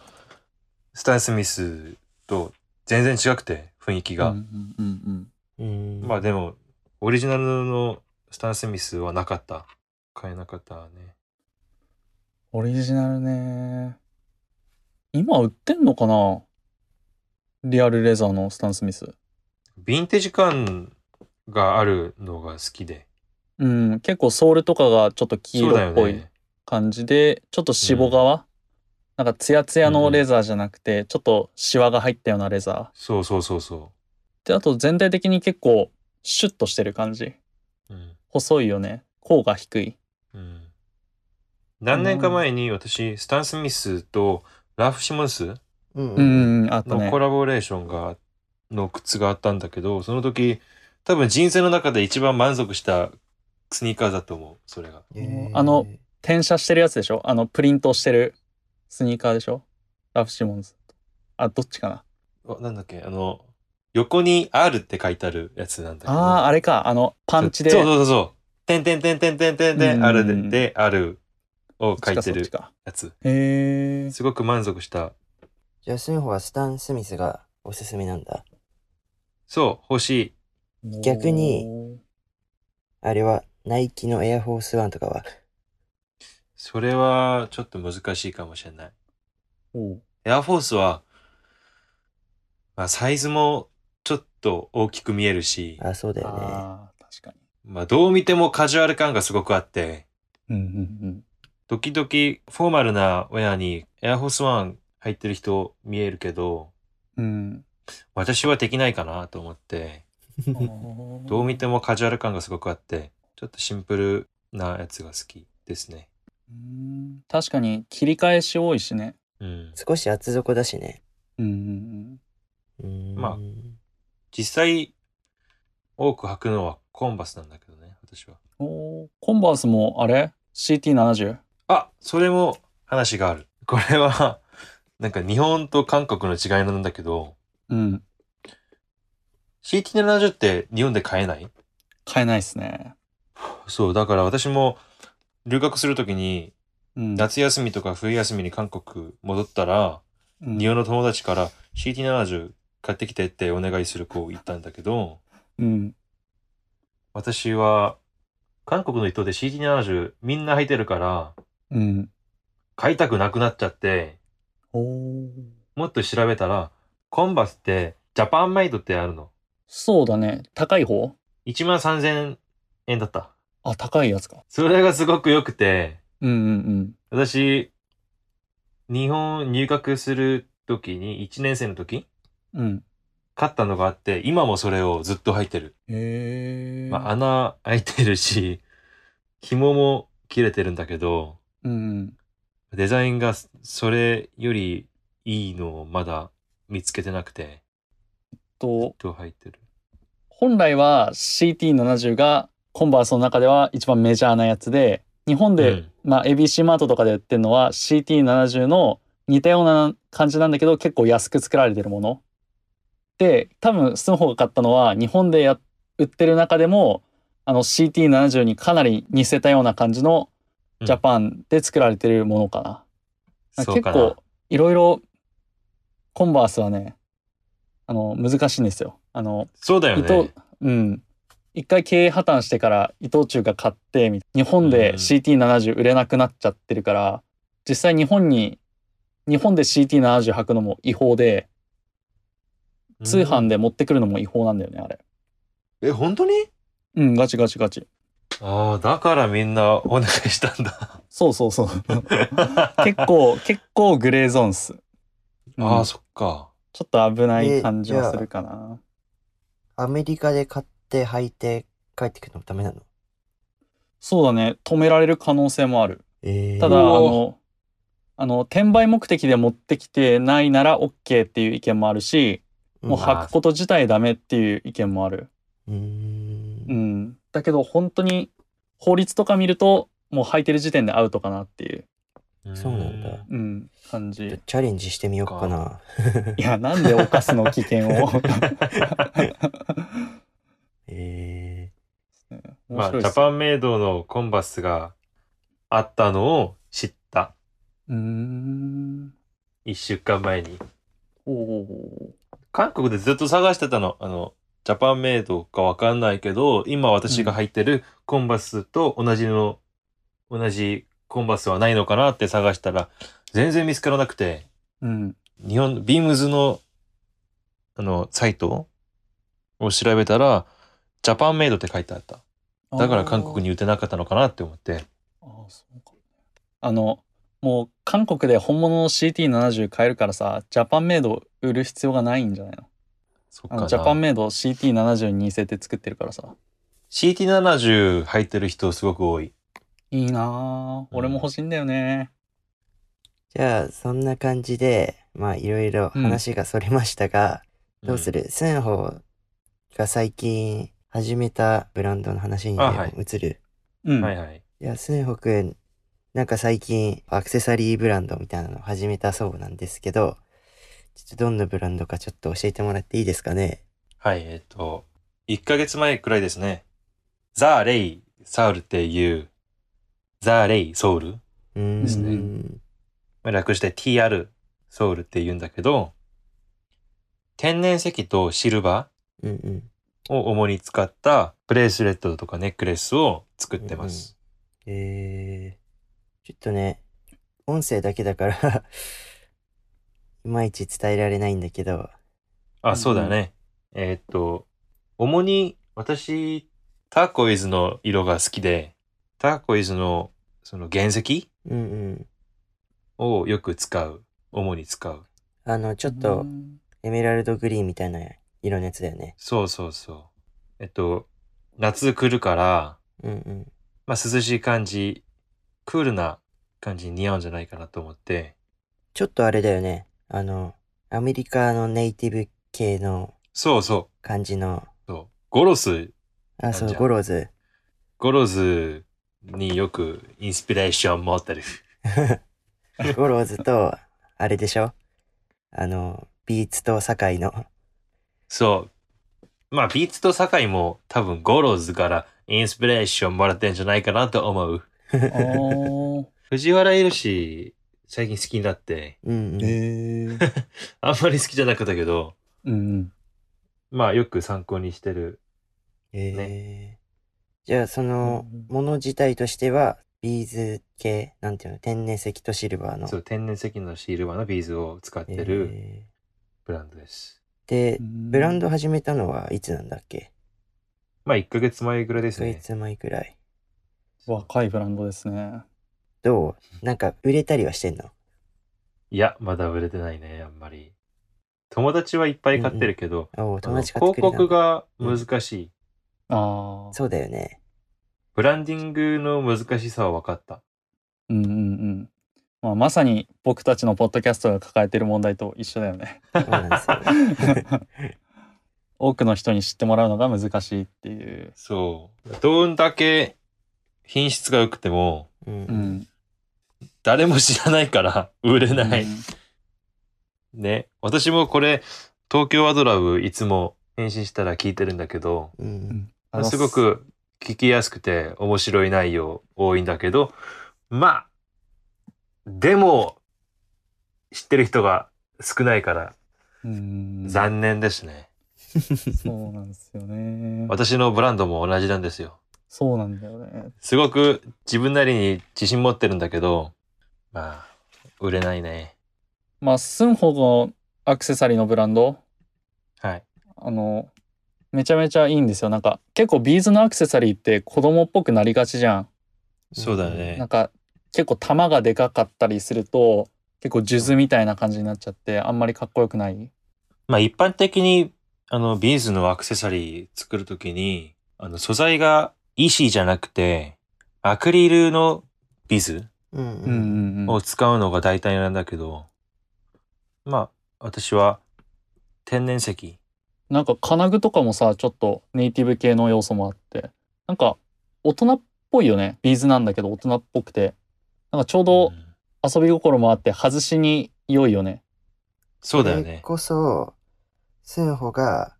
[SPEAKER 3] スタン・スミスと全然違くて、雰囲気が。
[SPEAKER 1] うんうんうんうん。
[SPEAKER 2] うん。
[SPEAKER 3] まあでも、オリジナルのスタン・スミスはなかった。買えなかったね。
[SPEAKER 1] オリジナルね。今売ってんのかなリアルレザーのスタン・スミス。
[SPEAKER 3] ヴィンテージ感があるのが好きで。
[SPEAKER 1] うん、結構ソールとかがちょっと黄
[SPEAKER 3] そうだ
[SPEAKER 1] 色
[SPEAKER 3] よ
[SPEAKER 1] っぽい
[SPEAKER 3] ね。
[SPEAKER 1] 感じで、ちょっとしぼ側、なんかツヤツヤのレザーじゃなくて、ちょっとシワが入ったようなレザー。
[SPEAKER 3] そうそうそうそ
[SPEAKER 1] で、あと全体的に結構シュッとしてる感じ。
[SPEAKER 3] う。うん。
[SPEAKER 1] 細いよね。甲が低い。
[SPEAKER 3] うん。何年か前に私、スタン・スミスとラフ・シモンス
[SPEAKER 2] うん。
[SPEAKER 1] うん、うん、あった
[SPEAKER 3] の
[SPEAKER 1] ね
[SPEAKER 3] コ。ラボレーションが、の靴があったんだけど、その時、多分人生の中で一番満足したスニーカーだと思う、それが。
[SPEAKER 2] へー
[SPEAKER 1] あの、転写してるやつでしょあの、プリントしてるスニーカーでしょラフシモンズ。あ、どっちかな
[SPEAKER 3] あなんだっけ、あの、横に R って書いてあるやつなんだけど。
[SPEAKER 1] ああ、あれか。あの、パンチで。
[SPEAKER 3] そうそうそうそう。てんてんてんてんてんてんて、
[SPEAKER 1] うんん
[SPEAKER 3] R で、で、R を書いて
[SPEAKER 1] そっ
[SPEAKER 3] る
[SPEAKER 1] ちか。
[SPEAKER 3] やつ。
[SPEAKER 1] へえ。
[SPEAKER 3] すごく満足した。
[SPEAKER 2] じゃあ、スンホはスタン・スミスがおすすめなんだ。
[SPEAKER 3] そう、欲しい。
[SPEAKER 2] 逆に。あれは、ナイキのエアフォースワンとかは、
[SPEAKER 3] それはちょっと難しいかもしれない。
[SPEAKER 1] おう
[SPEAKER 3] エアフォースは、まあサイズもちょっと大きく見えるし、
[SPEAKER 2] あ、そうだよね。
[SPEAKER 1] ああ、確か
[SPEAKER 3] まあどう見てもカジュアル感がすごくあって、
[SPEAKER 1] に。うんうんうん。
[SPEAKER 3] 時々フォーマルなウェアにエアフォースワン入ってる人見えるけど、
[SPEAKER 1] うん。
[SPEAKER 3] 私はできないかなと思って、どう見てもカジュアル感がすごくあって、ちょっとシンプルなやつが好きですね。
[SPEAKER 1] うん確かに切り返し多いしね。
[SPEAKER 3] うん。
[SPEAKER 2] 少し厚底だしね。
[SPEAKER 1] うんうん
[SPEAKER 2] うーん
[SPEAKER 3] まあ実際、多く履くのはコンバスなんだけどね、私は。
[SPEAKER 1] うん。おーコンバースもあれ ?CT70?
[SPEAKER 3] あ、それも話がある。これは、なんか日本と韓国の違いなんだけど、
[SPEAKER 1] うん。
[SPEAKER 3] CT70 って日本で買えない
[SPEAKER 1] 買えないっすね。
[SPEAKER 3] そう、だから私も留学するときに、
[SPEAKER 1] うん。
[SPEAKER 3] 夏休みとか冬休みに韓国戻ったら、
[SPEAKER 1] うん
[SPEAKER 3] 日本の友達から CT70 買ってきてってお願いする子いたんだけど、
[SPEAKER 1] うん。
[SPEAKER 3] 私は、韓国の人で CT70 みんな履いてるから、
[SPEAKER 1] うん。
[SPEAKER 3] 買いたくなくなっちゃって、
[SPEAKER 1] おお。
[SPEAKER 3] もっと調べたら、コンバスってジャパンメイドってあるの。
[SPEAKER 1] そうだね。高い方
[SPEAKER 3] 1万3000円だった。
[SPEAKER 1] あ、高いやつか。
[SPEAKER 3] それがすごく良くて、
[SPEAKER 1] うんうん
[SPEAKER 3] 私、日本入学するときに、1年生の時
[SPEAKER 1] うん。うん。
[SPEAKER 3] 買ったのがあって、今もそれをずっと履いてる。
[SPEAKER 1] へえ。
[SPEAKER 3] まあ、穴開いてるし、紐も切れてるんだけど、
[SPEAKER 1] うん。
[SPEAKER 3] デザインがそれよりいいのをまだ見つけてなくて、ずっ
[SPEAKER 1] と、
[SPEAKER 3] と履いてる。
[SPEAKER 1] 本来は CT70 がコンバースの中では一番メジャーなやつで、日本で、
[SPEAKER 3] うん
[SPEAKER 1] まあ ABC マートとかで売ってるのは CT70 の似たような感じなんだけど結構安く作られてるもの。で、多分スンホが買ったのは日本でや売ってる中でもあの CT70 にかなり似せたような感じのジャパンで作られてるものかな。
[SPEAKER 3] そう
[SPEAKER 1] 結
[SPEAKER 3] かな
[SPEAKER 1] 構。いろいろコンバースはねあの難しいんですよ。あの
[SPEAKER 3] そうだよ
[SPEAKER 1] 伊藤
[SPEAKER 3] ね。
[SPEAKER 1] うん一回経営破綻してから伊藤忠が買ってみたいな日本
[SPEAKER 3] う
[SPEAKER 1] で
[SPEAKER 3] ん
[SPEAKER 1] CT70 売れなくなっちゃってるから実際日本に日本で CT70 履くのも違法で通販
[SPEAKER 3] で。
[SPEAKER 1] で持ってくるのも違法なんだよねあれ。
[SPEAKER 3] え、本当に
[SPEAKER 1] うんガチガチガチ。
[SPEAKER 3] ああ、だからみんなお願いした んだ。
[SPEAKER 1] そうそう そう。結構結構グレーゾーンっす。うん
[SPEAKER 3] ああ、そっか。
[SPEAKER 1] ちょっと危な
[SPEAKER 2] え
[SPEAKER 1] い感じ
[SPEAKER 2] じゃあ
[SPEAKER 1] はするかな。
[SPEAKER 2] アメリカで買って履いて帰ってくるのもダメなの
[SPEAKER 1] そうだね止められる可能性もある。
[SPEAKER 2] えー
[SPEAKER 1] ただあ
[SPEAKER 3] うお
[SPEAKER 1] のあの転売目的で持ってきてないなら OK っていう意見もあるし、もう
[SPEAKER 3] は
[SPEAKER 1] 履くこと自体ダメっていう意見もある、
[SPEAKER 2] うーん
[SPEAKER 1] うん、だけど本当に法律とか見るともう履いてる時点でアウトかなっていう、
[SPEAKER 2] そうなんだ
[SPEAKER 1] うん、感
[SPEAKER 2] ち ょっ
[SPEAKER 1] じ
[SPEAKER 2] とチャレンジしてみようかな。
[SPEAKER 1] いやなんで犯すの危 険を
[SPEAKER 2] え
[SPEAKER 1] 面
[SPEAKER 3] まあ、
[SPEAKER 1] 白い
[SPEAKER 3] ジ
[SPEAKER 1] っすね
[SPEAKER 3] ャパンメイドのコンバスがあったのを知った。
[SPEAKER 1] うーん。
[SPEAKER 3] 一週間前に。
[SPEAKER 1] おお。
[SPEAKER 3] 韓国でずっと探してたの。あの、ジャパンメイドかわかんないけど、今私が履いてるコンバスと同じの、同じコンバスはないのかなって探したら、全然見つからなくて、
[SPEAKER 1] うん。
[SPEAKER 3] 日本、ビームズの、あの、サイトを調べたら、ジャパンメイドって書いてあった。だから韓国
[SPEAKER 1] に。
[SPEAKER 3] に売ってなかったのかなって思って。
[SPEAKER 1] あーそうか。あの、もう韓国で本物の CT70 買えるからさ、ジャパンメイド売る必要がないんじゃないの
[SPEAKER 3] そっ
[SPEAKER 1] あ
[SPEAKER 3] か
[SPEAKER 1] の
[SPEAKER 3] な。
[SPEAKER 1] ジャパンメイドを CT70 に似せて作ってるからさ。
[SPEAKER 3] CT70 履いてる人すごく多い。
[SPEAKER 1] いいなぁ。俺も欲しいんだよね。
[SPEAKER 2] じゃあ、そんな感じで、まあ、いろいろ話がそれましたが、どうするスンホが最近始めたブランドの話にで
[SPEAKER 3] あ
[SPEAKER 2] も
[SPEAKER 3] はい
[SPEAKER 2] 移る。
[SPEAKER 1] う。
[SPEAKER 3] うんんはいはい。
[SPEAKER 2] いや、スンホくん、なんか最近アクセサリーブランドみたいなのを始めたそうなんですけど、ちょっとどんなブランドかちょっと教えてもらっていいですかね
[SPEAKER 3] はい、えっと、1ヶ月前くらいですね。ザーレイサウルっていう、ザーレイソウル、
[SPEAKER 2] うーん。
[SPEAKER 1] ですね
[SPEAKER 3] まあ略して TR ソウルって言うんだけど、天然石とシルバ
[SPEAKER 2] うんうん。
[SPEAKER 3] ーを主に使ったブレースレットとかネックレスを作ってます。
[SPEAKER 2] えー、ちょっとね、音声だけだから、 いまいち伝えられないんだけど、
[SPEAKER 1] うん
[SPEAKER 3] あ、そうだね。えっと、主に私、ターコイズの色が好きで、ターコイズのその原石
[SPEAKER 2] うんうん。
[SPEAKER 3] をよく使う。主に使う。
[SPEAKER 2] あの、ちょっ
[SPEAKER 1] う
[SPEAKER 2] と、
[SPEAKER 1] ん
[SPEAKER 2] エメラルドグリーンみたいな色のやつだよね。
[SPEAKER 3] そうそうそう。えっと、夏来るから、
[SPEAKER 2] うんうん。
[SPEAKER 3] まあ、涼しい感じ、クールな感じに似合うんじゃないかなと思って。
[SPEAKER 2] ちょっとあれだよね。あの、アメリカのネイティブ系の
[SPEAKER 3] そうそ
[SPEAKER 2] 感じの、
[SPEAKER 3] う。そうゴロス、
[SPEAKER 2] あ、そう、
[SPEAKER 3] あじゃあ
[SPEAKER 2] ゴロ ーズ。
[SPEAKER 3] ゴロズによくインスピレーション持ってる。
[SPEAKER 2] ゴローズと、あれでしょあの、ビーツと堺の。
[SPEAKER 3] そう。まあ、ビーツと酒井も多分ゴロズからインスピレーションもらってんじゃないかなと思う。
[SPEAKER 1] あ ー。
[SPEAKER 3] 藤原いるし、最近好きになって、
[SPEAKER 2] うんうん。
[SPEAKER 1] えー。
[SPEAKER 3] あんまり好きじゃなかったけど、
[SPEAKER 1] うん
[SPEAKER 3] まあ、よく参考にしてる。
[SPEAKER 2] えー、じゃあ、その
[SPEAKER 1] うんうん、
[SPEAKER 2] もの自体としては、ビーズ系、なんていうの、天然石とシルバーの。
[SPEAKER 3] そう、天然石のシールバーのビーズを使ってる。
[SPEAKER 2] え
[SPEAKER 3] ブランドです。
[SPEAKER 2] ー、で
[SPEAKER 1] う、ん。
[SPEAKER 2] ブランド始めたのはいつなんだっけ
[SPEAKER 3] まあ、1ヶ月前ぐらいで
[SPEAKER 2] ?1
[SPEAKER 3] す
[SPEAKER 2] ヶ
[SPEAKER 3] ね。
[SPEAKER 2] 月前くらい。
[SPEAKER 1] 若いブランドですね。
[SPEAKER 2] どうなんか、売れたりはしてんの
[SPEAKER 3] いや、まだ売れてないね、あんまり。友達はいっぱい買ってるけど、
[SPEAKER 2] おお、
[SPEAKER 3] あの
[SPEAKER 2] 友達買って
[SPEAKER 3] 広
[SPEAKER 2] くれたん
[SPEAKER 3] 告
[SPEAKER 2] だ。
[SPEAKER 3] が難しい、
[SPEAKER 1] ああ。
[SPEAKER 2] そうだよね。
[SPEAKER 3] ブランディングの難しさは分かった。
[SPEAKER 1] うんうんうん。まあ、まさに僕たちのポッドキャストが抱えてる問題と一緒だよ ね。
[SPEAKER 2] そうなんですよ。
[SPEAKER 1] 多くの人に知ってもらうのが難しいっていう。
[SPEAKER 3] そう。どんだけ品質が良くても、
[SPEAKER 2] うん。
[SPEAKER 1] うん。
[SPEAKER 3] 誰も知らないから 売れない。
[SPEAKER 1] うん
[SPEAKER 3] ね。私もこれ、東京アドラブいつも返信したら聞いてるんだけど、
[SPEAKER 2] うん。
[SPEAKER 1] あの
[SPEAKER 3] すごく聞きやすくて面白い内容多いんだけど、まあ、でも、知ってる人が少ないから
[SPEAKER 1] うん。
[SPEAKER 3] 残念ですね。
[SPEAKER 1] そうなんですよね。
[SPEAKER 3] 私のブランドも同じなんですよ。
[SPEAKER 1] そうなんだよね。
[SPEAKER 3] すごく自分なりに自信持ってるんだけど、まあ、売れないね。
[SPEAKER 1] まあ、スンホのアクセサリーのブランド、
[SPEAKER 3] はい。
[SPEAKER 1] あの、めちゃめちゃいいんですよ。なんか、結構ビーズのアクセサリーって子供っぽくなりがちじゃん。
[SPEAKER 3] そうだ
[SPEAKER 1] な
[SPEAKER 3] ね
[SPEAKER 1] ん。か結構玉がでかかったりすると結構数珠みたいな感じになっちゃってあんまりかっこよくない
[SPEAKER 3] まあ一般的に、あの、ビーズのアクセサリー作るときに、あの、素材が石じゃなくて、アクリルのビーズ
[SPEAKER 2] うん
[SPEAKER 1] う
[SPEAKER 2] うんん。
[SPEAKER 1] うんうん
[SPEAKER 3] を使うのが大体なんだけど、まあ、私は天然石。
[SPEAKER 1] なんか金具とかもさちょっとネイティブ系の要素もあってなんか大人っぽいよねビーズなんだけど大人っぽくてなんかちょうど
[SPEAKER 3] ん
[SPEAKER 1] 遊び心もあって外しに良いよね
[SPEAKER 3] そうだよ
[SPEAKER 2] それ
[SPEAKER 3] ね。
[SPEAKER 2] こそ、スンホが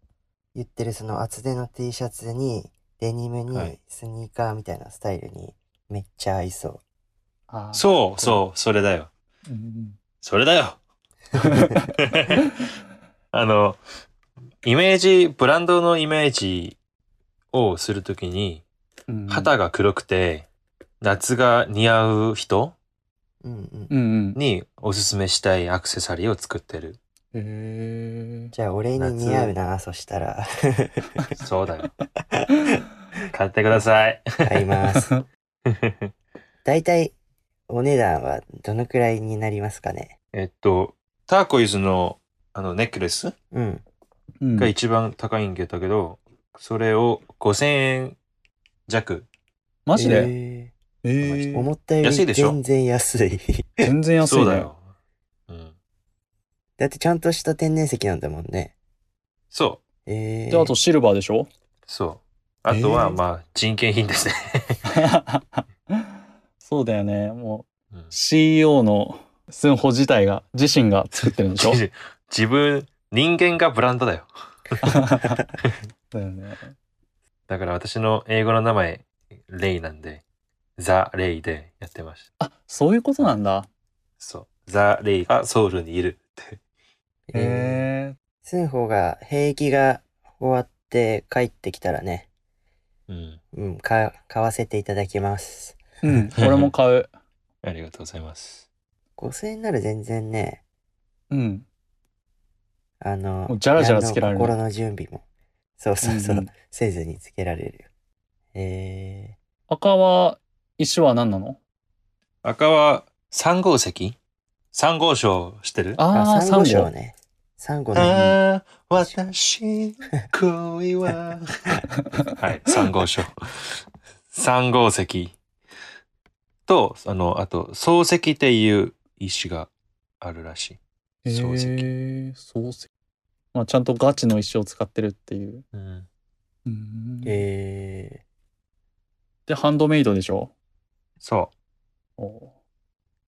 [SPEAKER 2] 言ってるその厚手の T シャツにデニム
[SPEAKER 3] はい
[SPEAKER 2] にスニーカーみたいなスタイルにめっちゃ合いそう。
[SPEAKER 1] あー
[SPEAKER 3] そうそう、それだよ。
[SPEAKER 1] うん
[SPEAKER 3] それだ よあの、イメージ、ブランドのイメージをするとき
[SPEAKER 1] うんう
[SPEAKER 3] に、
[SPEAKER 1] ん
[SPEAKER 3] 肌が黒くて、夏が似合う人
[SPEAKER 2] うんうん。
[SPEAKER 1] うんうん
[SPEAKER 3] におすすめしたいアクセサリーを作っ てる。
[SPEAKER 1] へ
[SPEAKER 2] じゃあ俺に似合うな、そしたら。
[SPEAKER 3] そうだよ。買ってください。
[SPEAKER 2] 合います。
[SPEAKER 1] ー
[SPEAKER 2] だいたいお値段はどのくらいになりますかね
[SPEAKER 3] えっと、ターコイズのあのネックレス
[SPEAKER 2] うん。
[SPEAKER 1] うん
[SPEAKER 3] が一番高いんだけど、それを5000円弱。
[SPEAKER 1] マジで、
[SPEAKER 2] え
[SPEAKER 1] え
[SPEAKER 2] ー
[SPEAKER 1] ー
[SPEAKER 2] 思ったよ
[SPEAKER 3] 安い
[SPEAKER 2] り
[SPEAKER 3] でしょ
[SPEAKER 2] 全然安い。
[SPEAKER 1] 全然安いね
[SPEAKER 3] そうだよ。うん。
[SPEAKER 2] だってちゃんとした天然石なんだもんね。
[SPEAKER 3] そう。
[SPEAKER 2] えー、
[SPEAKER 1] であとシルバーでしょ
[SPEAKER 3] そう。あとは、
[SPEAKER 1] えー
[SPEAKER 3] まあ、人件品ですね。
[SPEAKER 1] そうだよねも
[SPEAKER 3] うん
[SPEAKER 1] う CEO のスンホ自体が自身が作ってるんで しょ
[SPEAKER 3] 自分、人間がブランドだよ。
[SPEAKER 1] だよね
[SPEAKER 3] だから私の英語の名前、レイなんで、ザ・レイでやってました。
[SPEAKER 1] あそういうことなんだ
[SPEAKER 3] そう。ザ・レイがソウルにいるって。
[SPEAKER 2] えー、
[SPEAKER 1] へえ
[SPEAKER 2] スンホが兵役が終わって帰ってきたらね、
[SPEAKER 3] うん。
[SPEAKER 2] うん、か、買わせていただきます。
[SPEAKER 1] うん俺も買う
[SPEAKER 3] ありがとうございます。
[SPEAKER 2] 5000円なら全然ね、
[SPEAKER 1] うん
[SPEAKER 2] あの
[SPEAKER 1] もう、ジャラジャラつけられる
[SPEAKER 2] 何の心の準備も。そうそうそう、
[SPEAKER 1] うんうん
[SPEAKER 2] せずにつけられるよ。え
[SPEAKER 1] 赤は石は何なの
[SPEAKER 3] 赤は、三号石三号章知ってる
[SPEAKER 2] ー、
[SPEAKER 1] ああ
[SPEAKER 2] サン
[SPEAKER 1] 珊
[SPEAKER 2] ゴ礁
[SPEAKER 1] 瑚
[SPEAKER 2] ね。サンゴね。
[SPEAKER 3] あー私、恋は。 はい、三号章。三号石と、あの、あと、漱石っていう石があるらし
[SPEAKER 1] へ
[SPEAKER 3] い。漱石。
[SPEAKER 1] え漱石まあちゃんとガチの石を使ってるっていう
[SPEAKER 3] うん、
[SPEAKER 1] うん
[SPEAKER 2] え
[SPEAKER 1] でハンドメイドでしょ
[SPEAKER 3] そ
[SPEAKER 1] お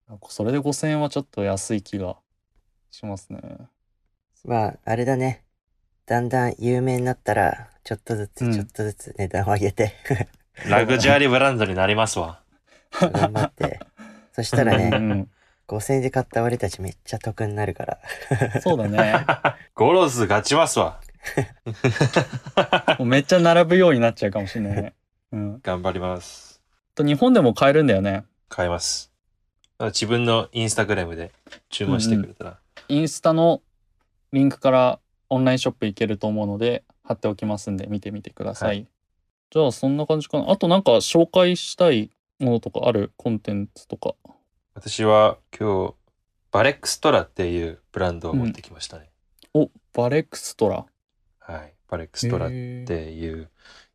[SPEAKER 1] なんかそれで5000円はちょっと安い気がしますね。
[SPEAKER 2] ー、まあ、あれだね。だんだん有名になったら、ちょっとず
[SPEAKER 1] う
[SPEAKER 2] つ
[SPEAKER 1] ん
[SPEAKER 2] ちょっとずつ値段を上げて、
[SPEAKER 3] う。ラグジュアリーブランドになりますわ。
[SPEAKER 2] 頑張 って。そしたら
[SPEAKER 1] う
[SPEAKER 2] ね、
[SPEAKER 1] ん、
[SPEAKER 2] 5000円で買った俺たちめっちゃ得になるから。
[SPEAKER 1] そうだね。
[SPEAKER 3] ゴロズ勝ちますわ。
[SPEAKER 1] もうめっちゃ並ぶようになっちゃうかもしれないね。うん、
[SPEAKER 3] 頑張ります。
[SPEAKER 1] と日本でも買えるんだよね。
[SPEAKER 3] 買います。自分のインスタグラムで注文してくれたら。
[SPEAKER 1] インスタのリンクからオンラインショップ行けると思うので貼っておきますんで見てみてください。
[SPEAKER 3] はい
[SPEAKER 1] じゃあそんな感じかな。あとなんか紹介したいものとかあるコンテンツとか。
[SPEAKER 3] 私は今日、バレックストラっていうブランドを持ってきましたね。
[SPEAKER 1] おバレクストラ。
[SPEAKER 3] はい。パレックストラっ
[SPEAKER 1] へ
[SPEAKER 3] て
[SPEAKER 1] ー
[SPEAKER 3] いう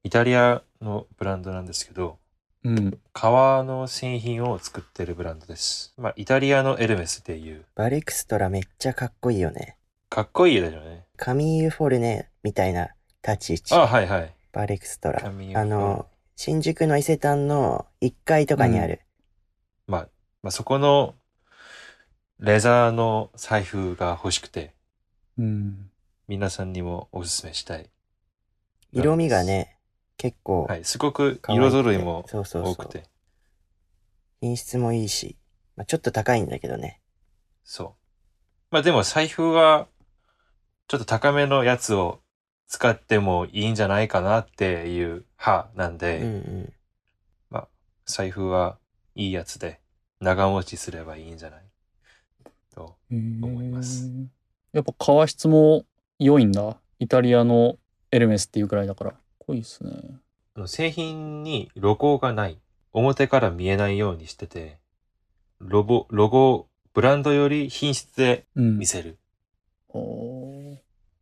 [SPEAKER 3] イタリアのブランドなんですけど、
[SPEAKER 1] うん。
[SPEAKER 3] 革の製品を作ってるブランドです。まあ、イタリアのエルメスっていう、
[SPEAKER 2] バレクストラめっちゃかっこいいよね。
[SPEAKER 3] かっこいいだよね。
[SPEAKER 2] カミーユフォルネみたいな立ち位
[SPEAKER 3] あ、
[SPEAKER 2] 置。
[SPEAKER 3] はいはい。
[SPEAKER 2] バレクストラ。
[SPEAKER 3] 髪を
[SPEAKER 2] あの、新宿の伊勢丹の1階とかにある。
[SPEAKER 3] まあ、まあ、そこのレザーの財布が欲しくて、
[SPEAKER 1] うん。
[SPEAKER 3] 皆さんにもおすすめしたい。
[SPEAKER 2] 色味がね、結構
[SPEAKER 3] はい。すごく
[SPEAKER 2] 可愛くて
[SPEAKER 3] 色揃いも
[SPEAKER 2] そうそうそう
[SPEAKER 3] 多くて、
[SPEAKER 2] 品質もいいし、まあ、ちょっと高いんだけどね。
[SPEAKER 3] そう。まあでも財布は、ちょっと高めのやつを使ってもいいんじゃないかなっていう派なんで、
[SPEAKER 2] うんうん。
[SPEAKER 3] 財布はいいやつで長持ちすればいいんじゃないと。
[SPEAKER 1] 思
[SPEAKER 3] います。
[SPEAKER 1] やっぱ革質も良いんだ。イタリアのエルメスっていうくらいだから。かっこいいっすね。
[SPEAKER 3] あの製品にロゴがない。表から見えないようにしてて、ロボ、ロゴをブランドより品質で
[SPEAKER 1] うん
[SPEAKER 3] 見。せる。
[SPEAKER 1] おー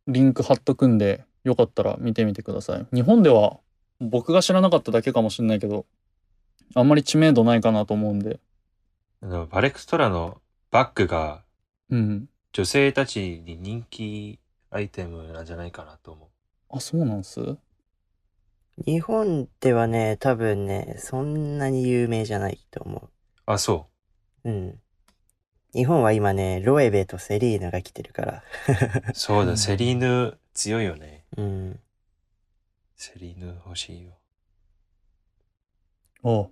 [SPEAKER 1] リンク貼っとくんで、よかったら見てみてください。日本では僕が知らなかっただけかもしれないけど、あんまり知名度ないかなと思うんで。
[SPEAKER 3] あのバレクストラのバッグが
[SPEAKER 1] うん。
[SPEAKER 3] 女性たちに人気アイテムなんじゃないかなと思う。
[SPEAKER 1] あ、そうなんす
[SPEAKER 2] 日本ではね、多分ね、そんなに有名じゃないと思
[SPEAKER 3] あ、そう。
[SPEAKER 2] う。うん。日本は今ね、ロエベとセリーナが来てるから。
[SPEAKER 3] そう
[SPEAKER 1] う
[SPEAKER 3] だ、
[SPEAKER 1] ん
[SPEAKER 3] セリーヌ強いよね。
[SPEAKER 2] うん。
[SPEAKER 3] セリーヌ欲しいよ。
[SPEAKER 1] あ、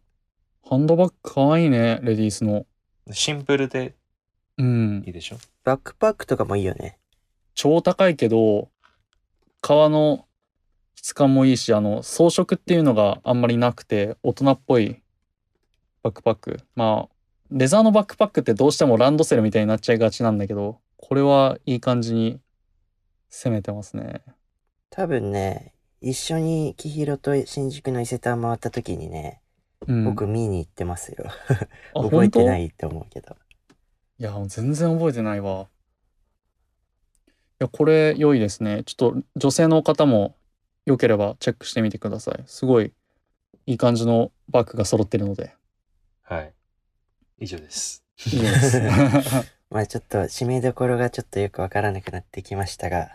[SPEAKER 1] ハンドバッグかわいいね、レディースの。
[SPEAKER 3] シンプルで
[SPEAKER 1] うん
[SPEAKER 3] いい。でしょ
[SPEAKER 2] バックパックとかもいいよね。
[SPEAKER 1] 超高いけど、革の質感もいいし、あの、装飾っていうのがあんまりなくて、大人っぽいバックパック。まあ、レザーのバックパックってどうしてもランドセルみたいになっちゃいがちなんだけど、これはいい感じに攻めてますね。
[SPEAKER 2] 多分ね、一緒に千尋と新宿の伊勢丹回った時にね、
[SPEAKER 1] うん、
[SPEAKER 2] 僕見に行ってますよ。
[SPEAKER 1] あ
[SPEAKER 2] 覚えてな
[SPEAKER 1] 本
[SPEAKER 2] いと思うけど。
[SPEAKER 1] 当いや、もう全然覚えてないわ。いや、これ良いですね。ちょっと女性の方も良ければチェックしてみてください。すごいいい感じのバッグが揃ってるので。
[SPEAKER 3] はい。以上です。
[SPEAKER 1] いいです。
[SPEAKER 2] まあちょっと締めどころがちょっとよくわからなくなってきましたが、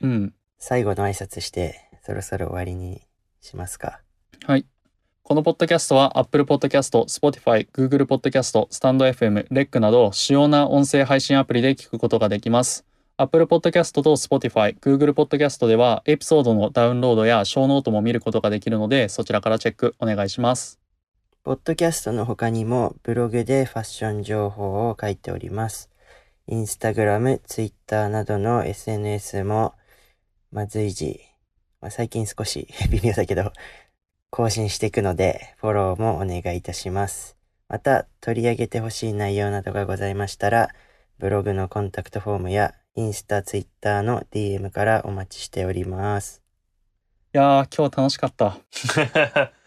[SPEAKER 1] うん。
[SPEAKER 2] 最後の挨拶して、そろそろ終わりにしますか。
[SPEAKER 1] はい。このポッドキャストは Apple Podcast、Spotify、Google Podcast、StandFM、REC など主要な音声配信アプリで聞くことができます。Apple Podcast と Spotify、Google Podcast ではエピソードのダウンロードや小ノートも見ることができるのでそちらからチェックお願いします。
[SPEAKER 2] ポッドキャストの他にもブログでファッション情報を書いております。インスタグラム、ツイッターなどの SNS も、まあ、随時、まあ、最近少し 微妙だけど、更新していくので、フォローもお願いいたします。また、取り上げてほしい内容などがございましたら、ブログのコンタクトフォームや、インスタ、ツイッターの DM からお待ちしております。
[SPEAKER 1] いやー今日楽しかった。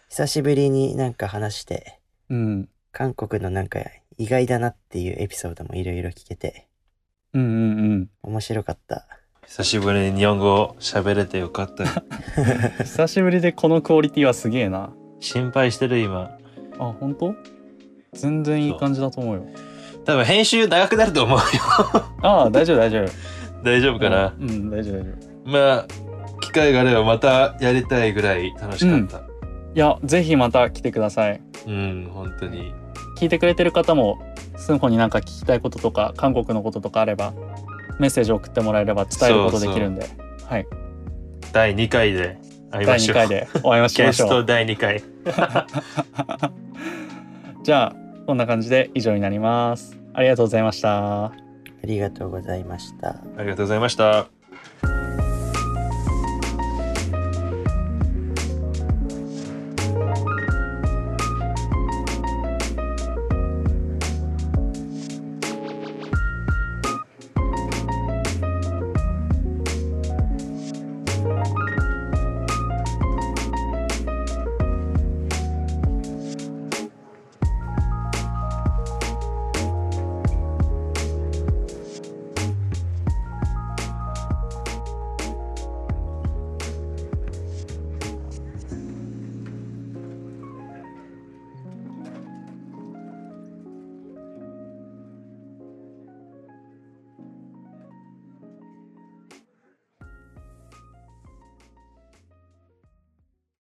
[SPEAKER 2] 久しぶりになんか話して、
[SPEAKER 1] うん。
[SPEAKER 2] 韓国のなんか意外だなっていうエピソードもいろいろ聞けて
[SPEAKER 1] うんうんうん。
[SPEAKER 2] 面白かった。
[SPEAKER 3] 久しぶりに日本語喋れてよかった。
[SPEAKER 1] 久しぶりでこのクオリティはすげえな。
[SPEAKER 3] 心配してる今。
[SPEAKER 1] あ、本当全然いい感じだと思うよ。
[SPEAKER 3] 多分編集長くなると思うよ。
[SPEAKER 1] ああ、大丈夫大丈夫。
[SPEAKER 3] 大丈夫かな、
[SPEAKER 1] うん、うん大丈夫大丈夫。
[SPEAKER 3] まあ、機会があればまたやりたいぐらい楽しかった。
[SPEAKER 1] いや、ぜひまた来てください。
[SPEAKER 3] うん、本当に。
[SPEAKER 1] 聞いてくれてる方も、スンホになんか聞きたいこととか、韓国のこととかあれば、メッセージ送ってもらえれば伝えることできるんで、はい。
[SPEAKER 3] 第2回で会いま
[SPEAKER 1] 第
[SPEAKER 3] し
[SPEAKER 1] 2
[SPEAKER 3] ょう。
[SPEAKER 1] 回でお会いまし
[SPEAKER 3] ゲ
[SPEAKER 1] ま
[SPEAKER 3] ス
[SPEAKER 1] しょ
[SPEAKER 3] ト
[SPEAKER 1] う。
[SPEAKER 3] 第2回。
[SPEAKER 1] じゃあ、こんな感じで以上になります。ありがとうございました。
[SPEAKER 2] ありがとうございました。
[SPEAKER 3] ありがとうございました。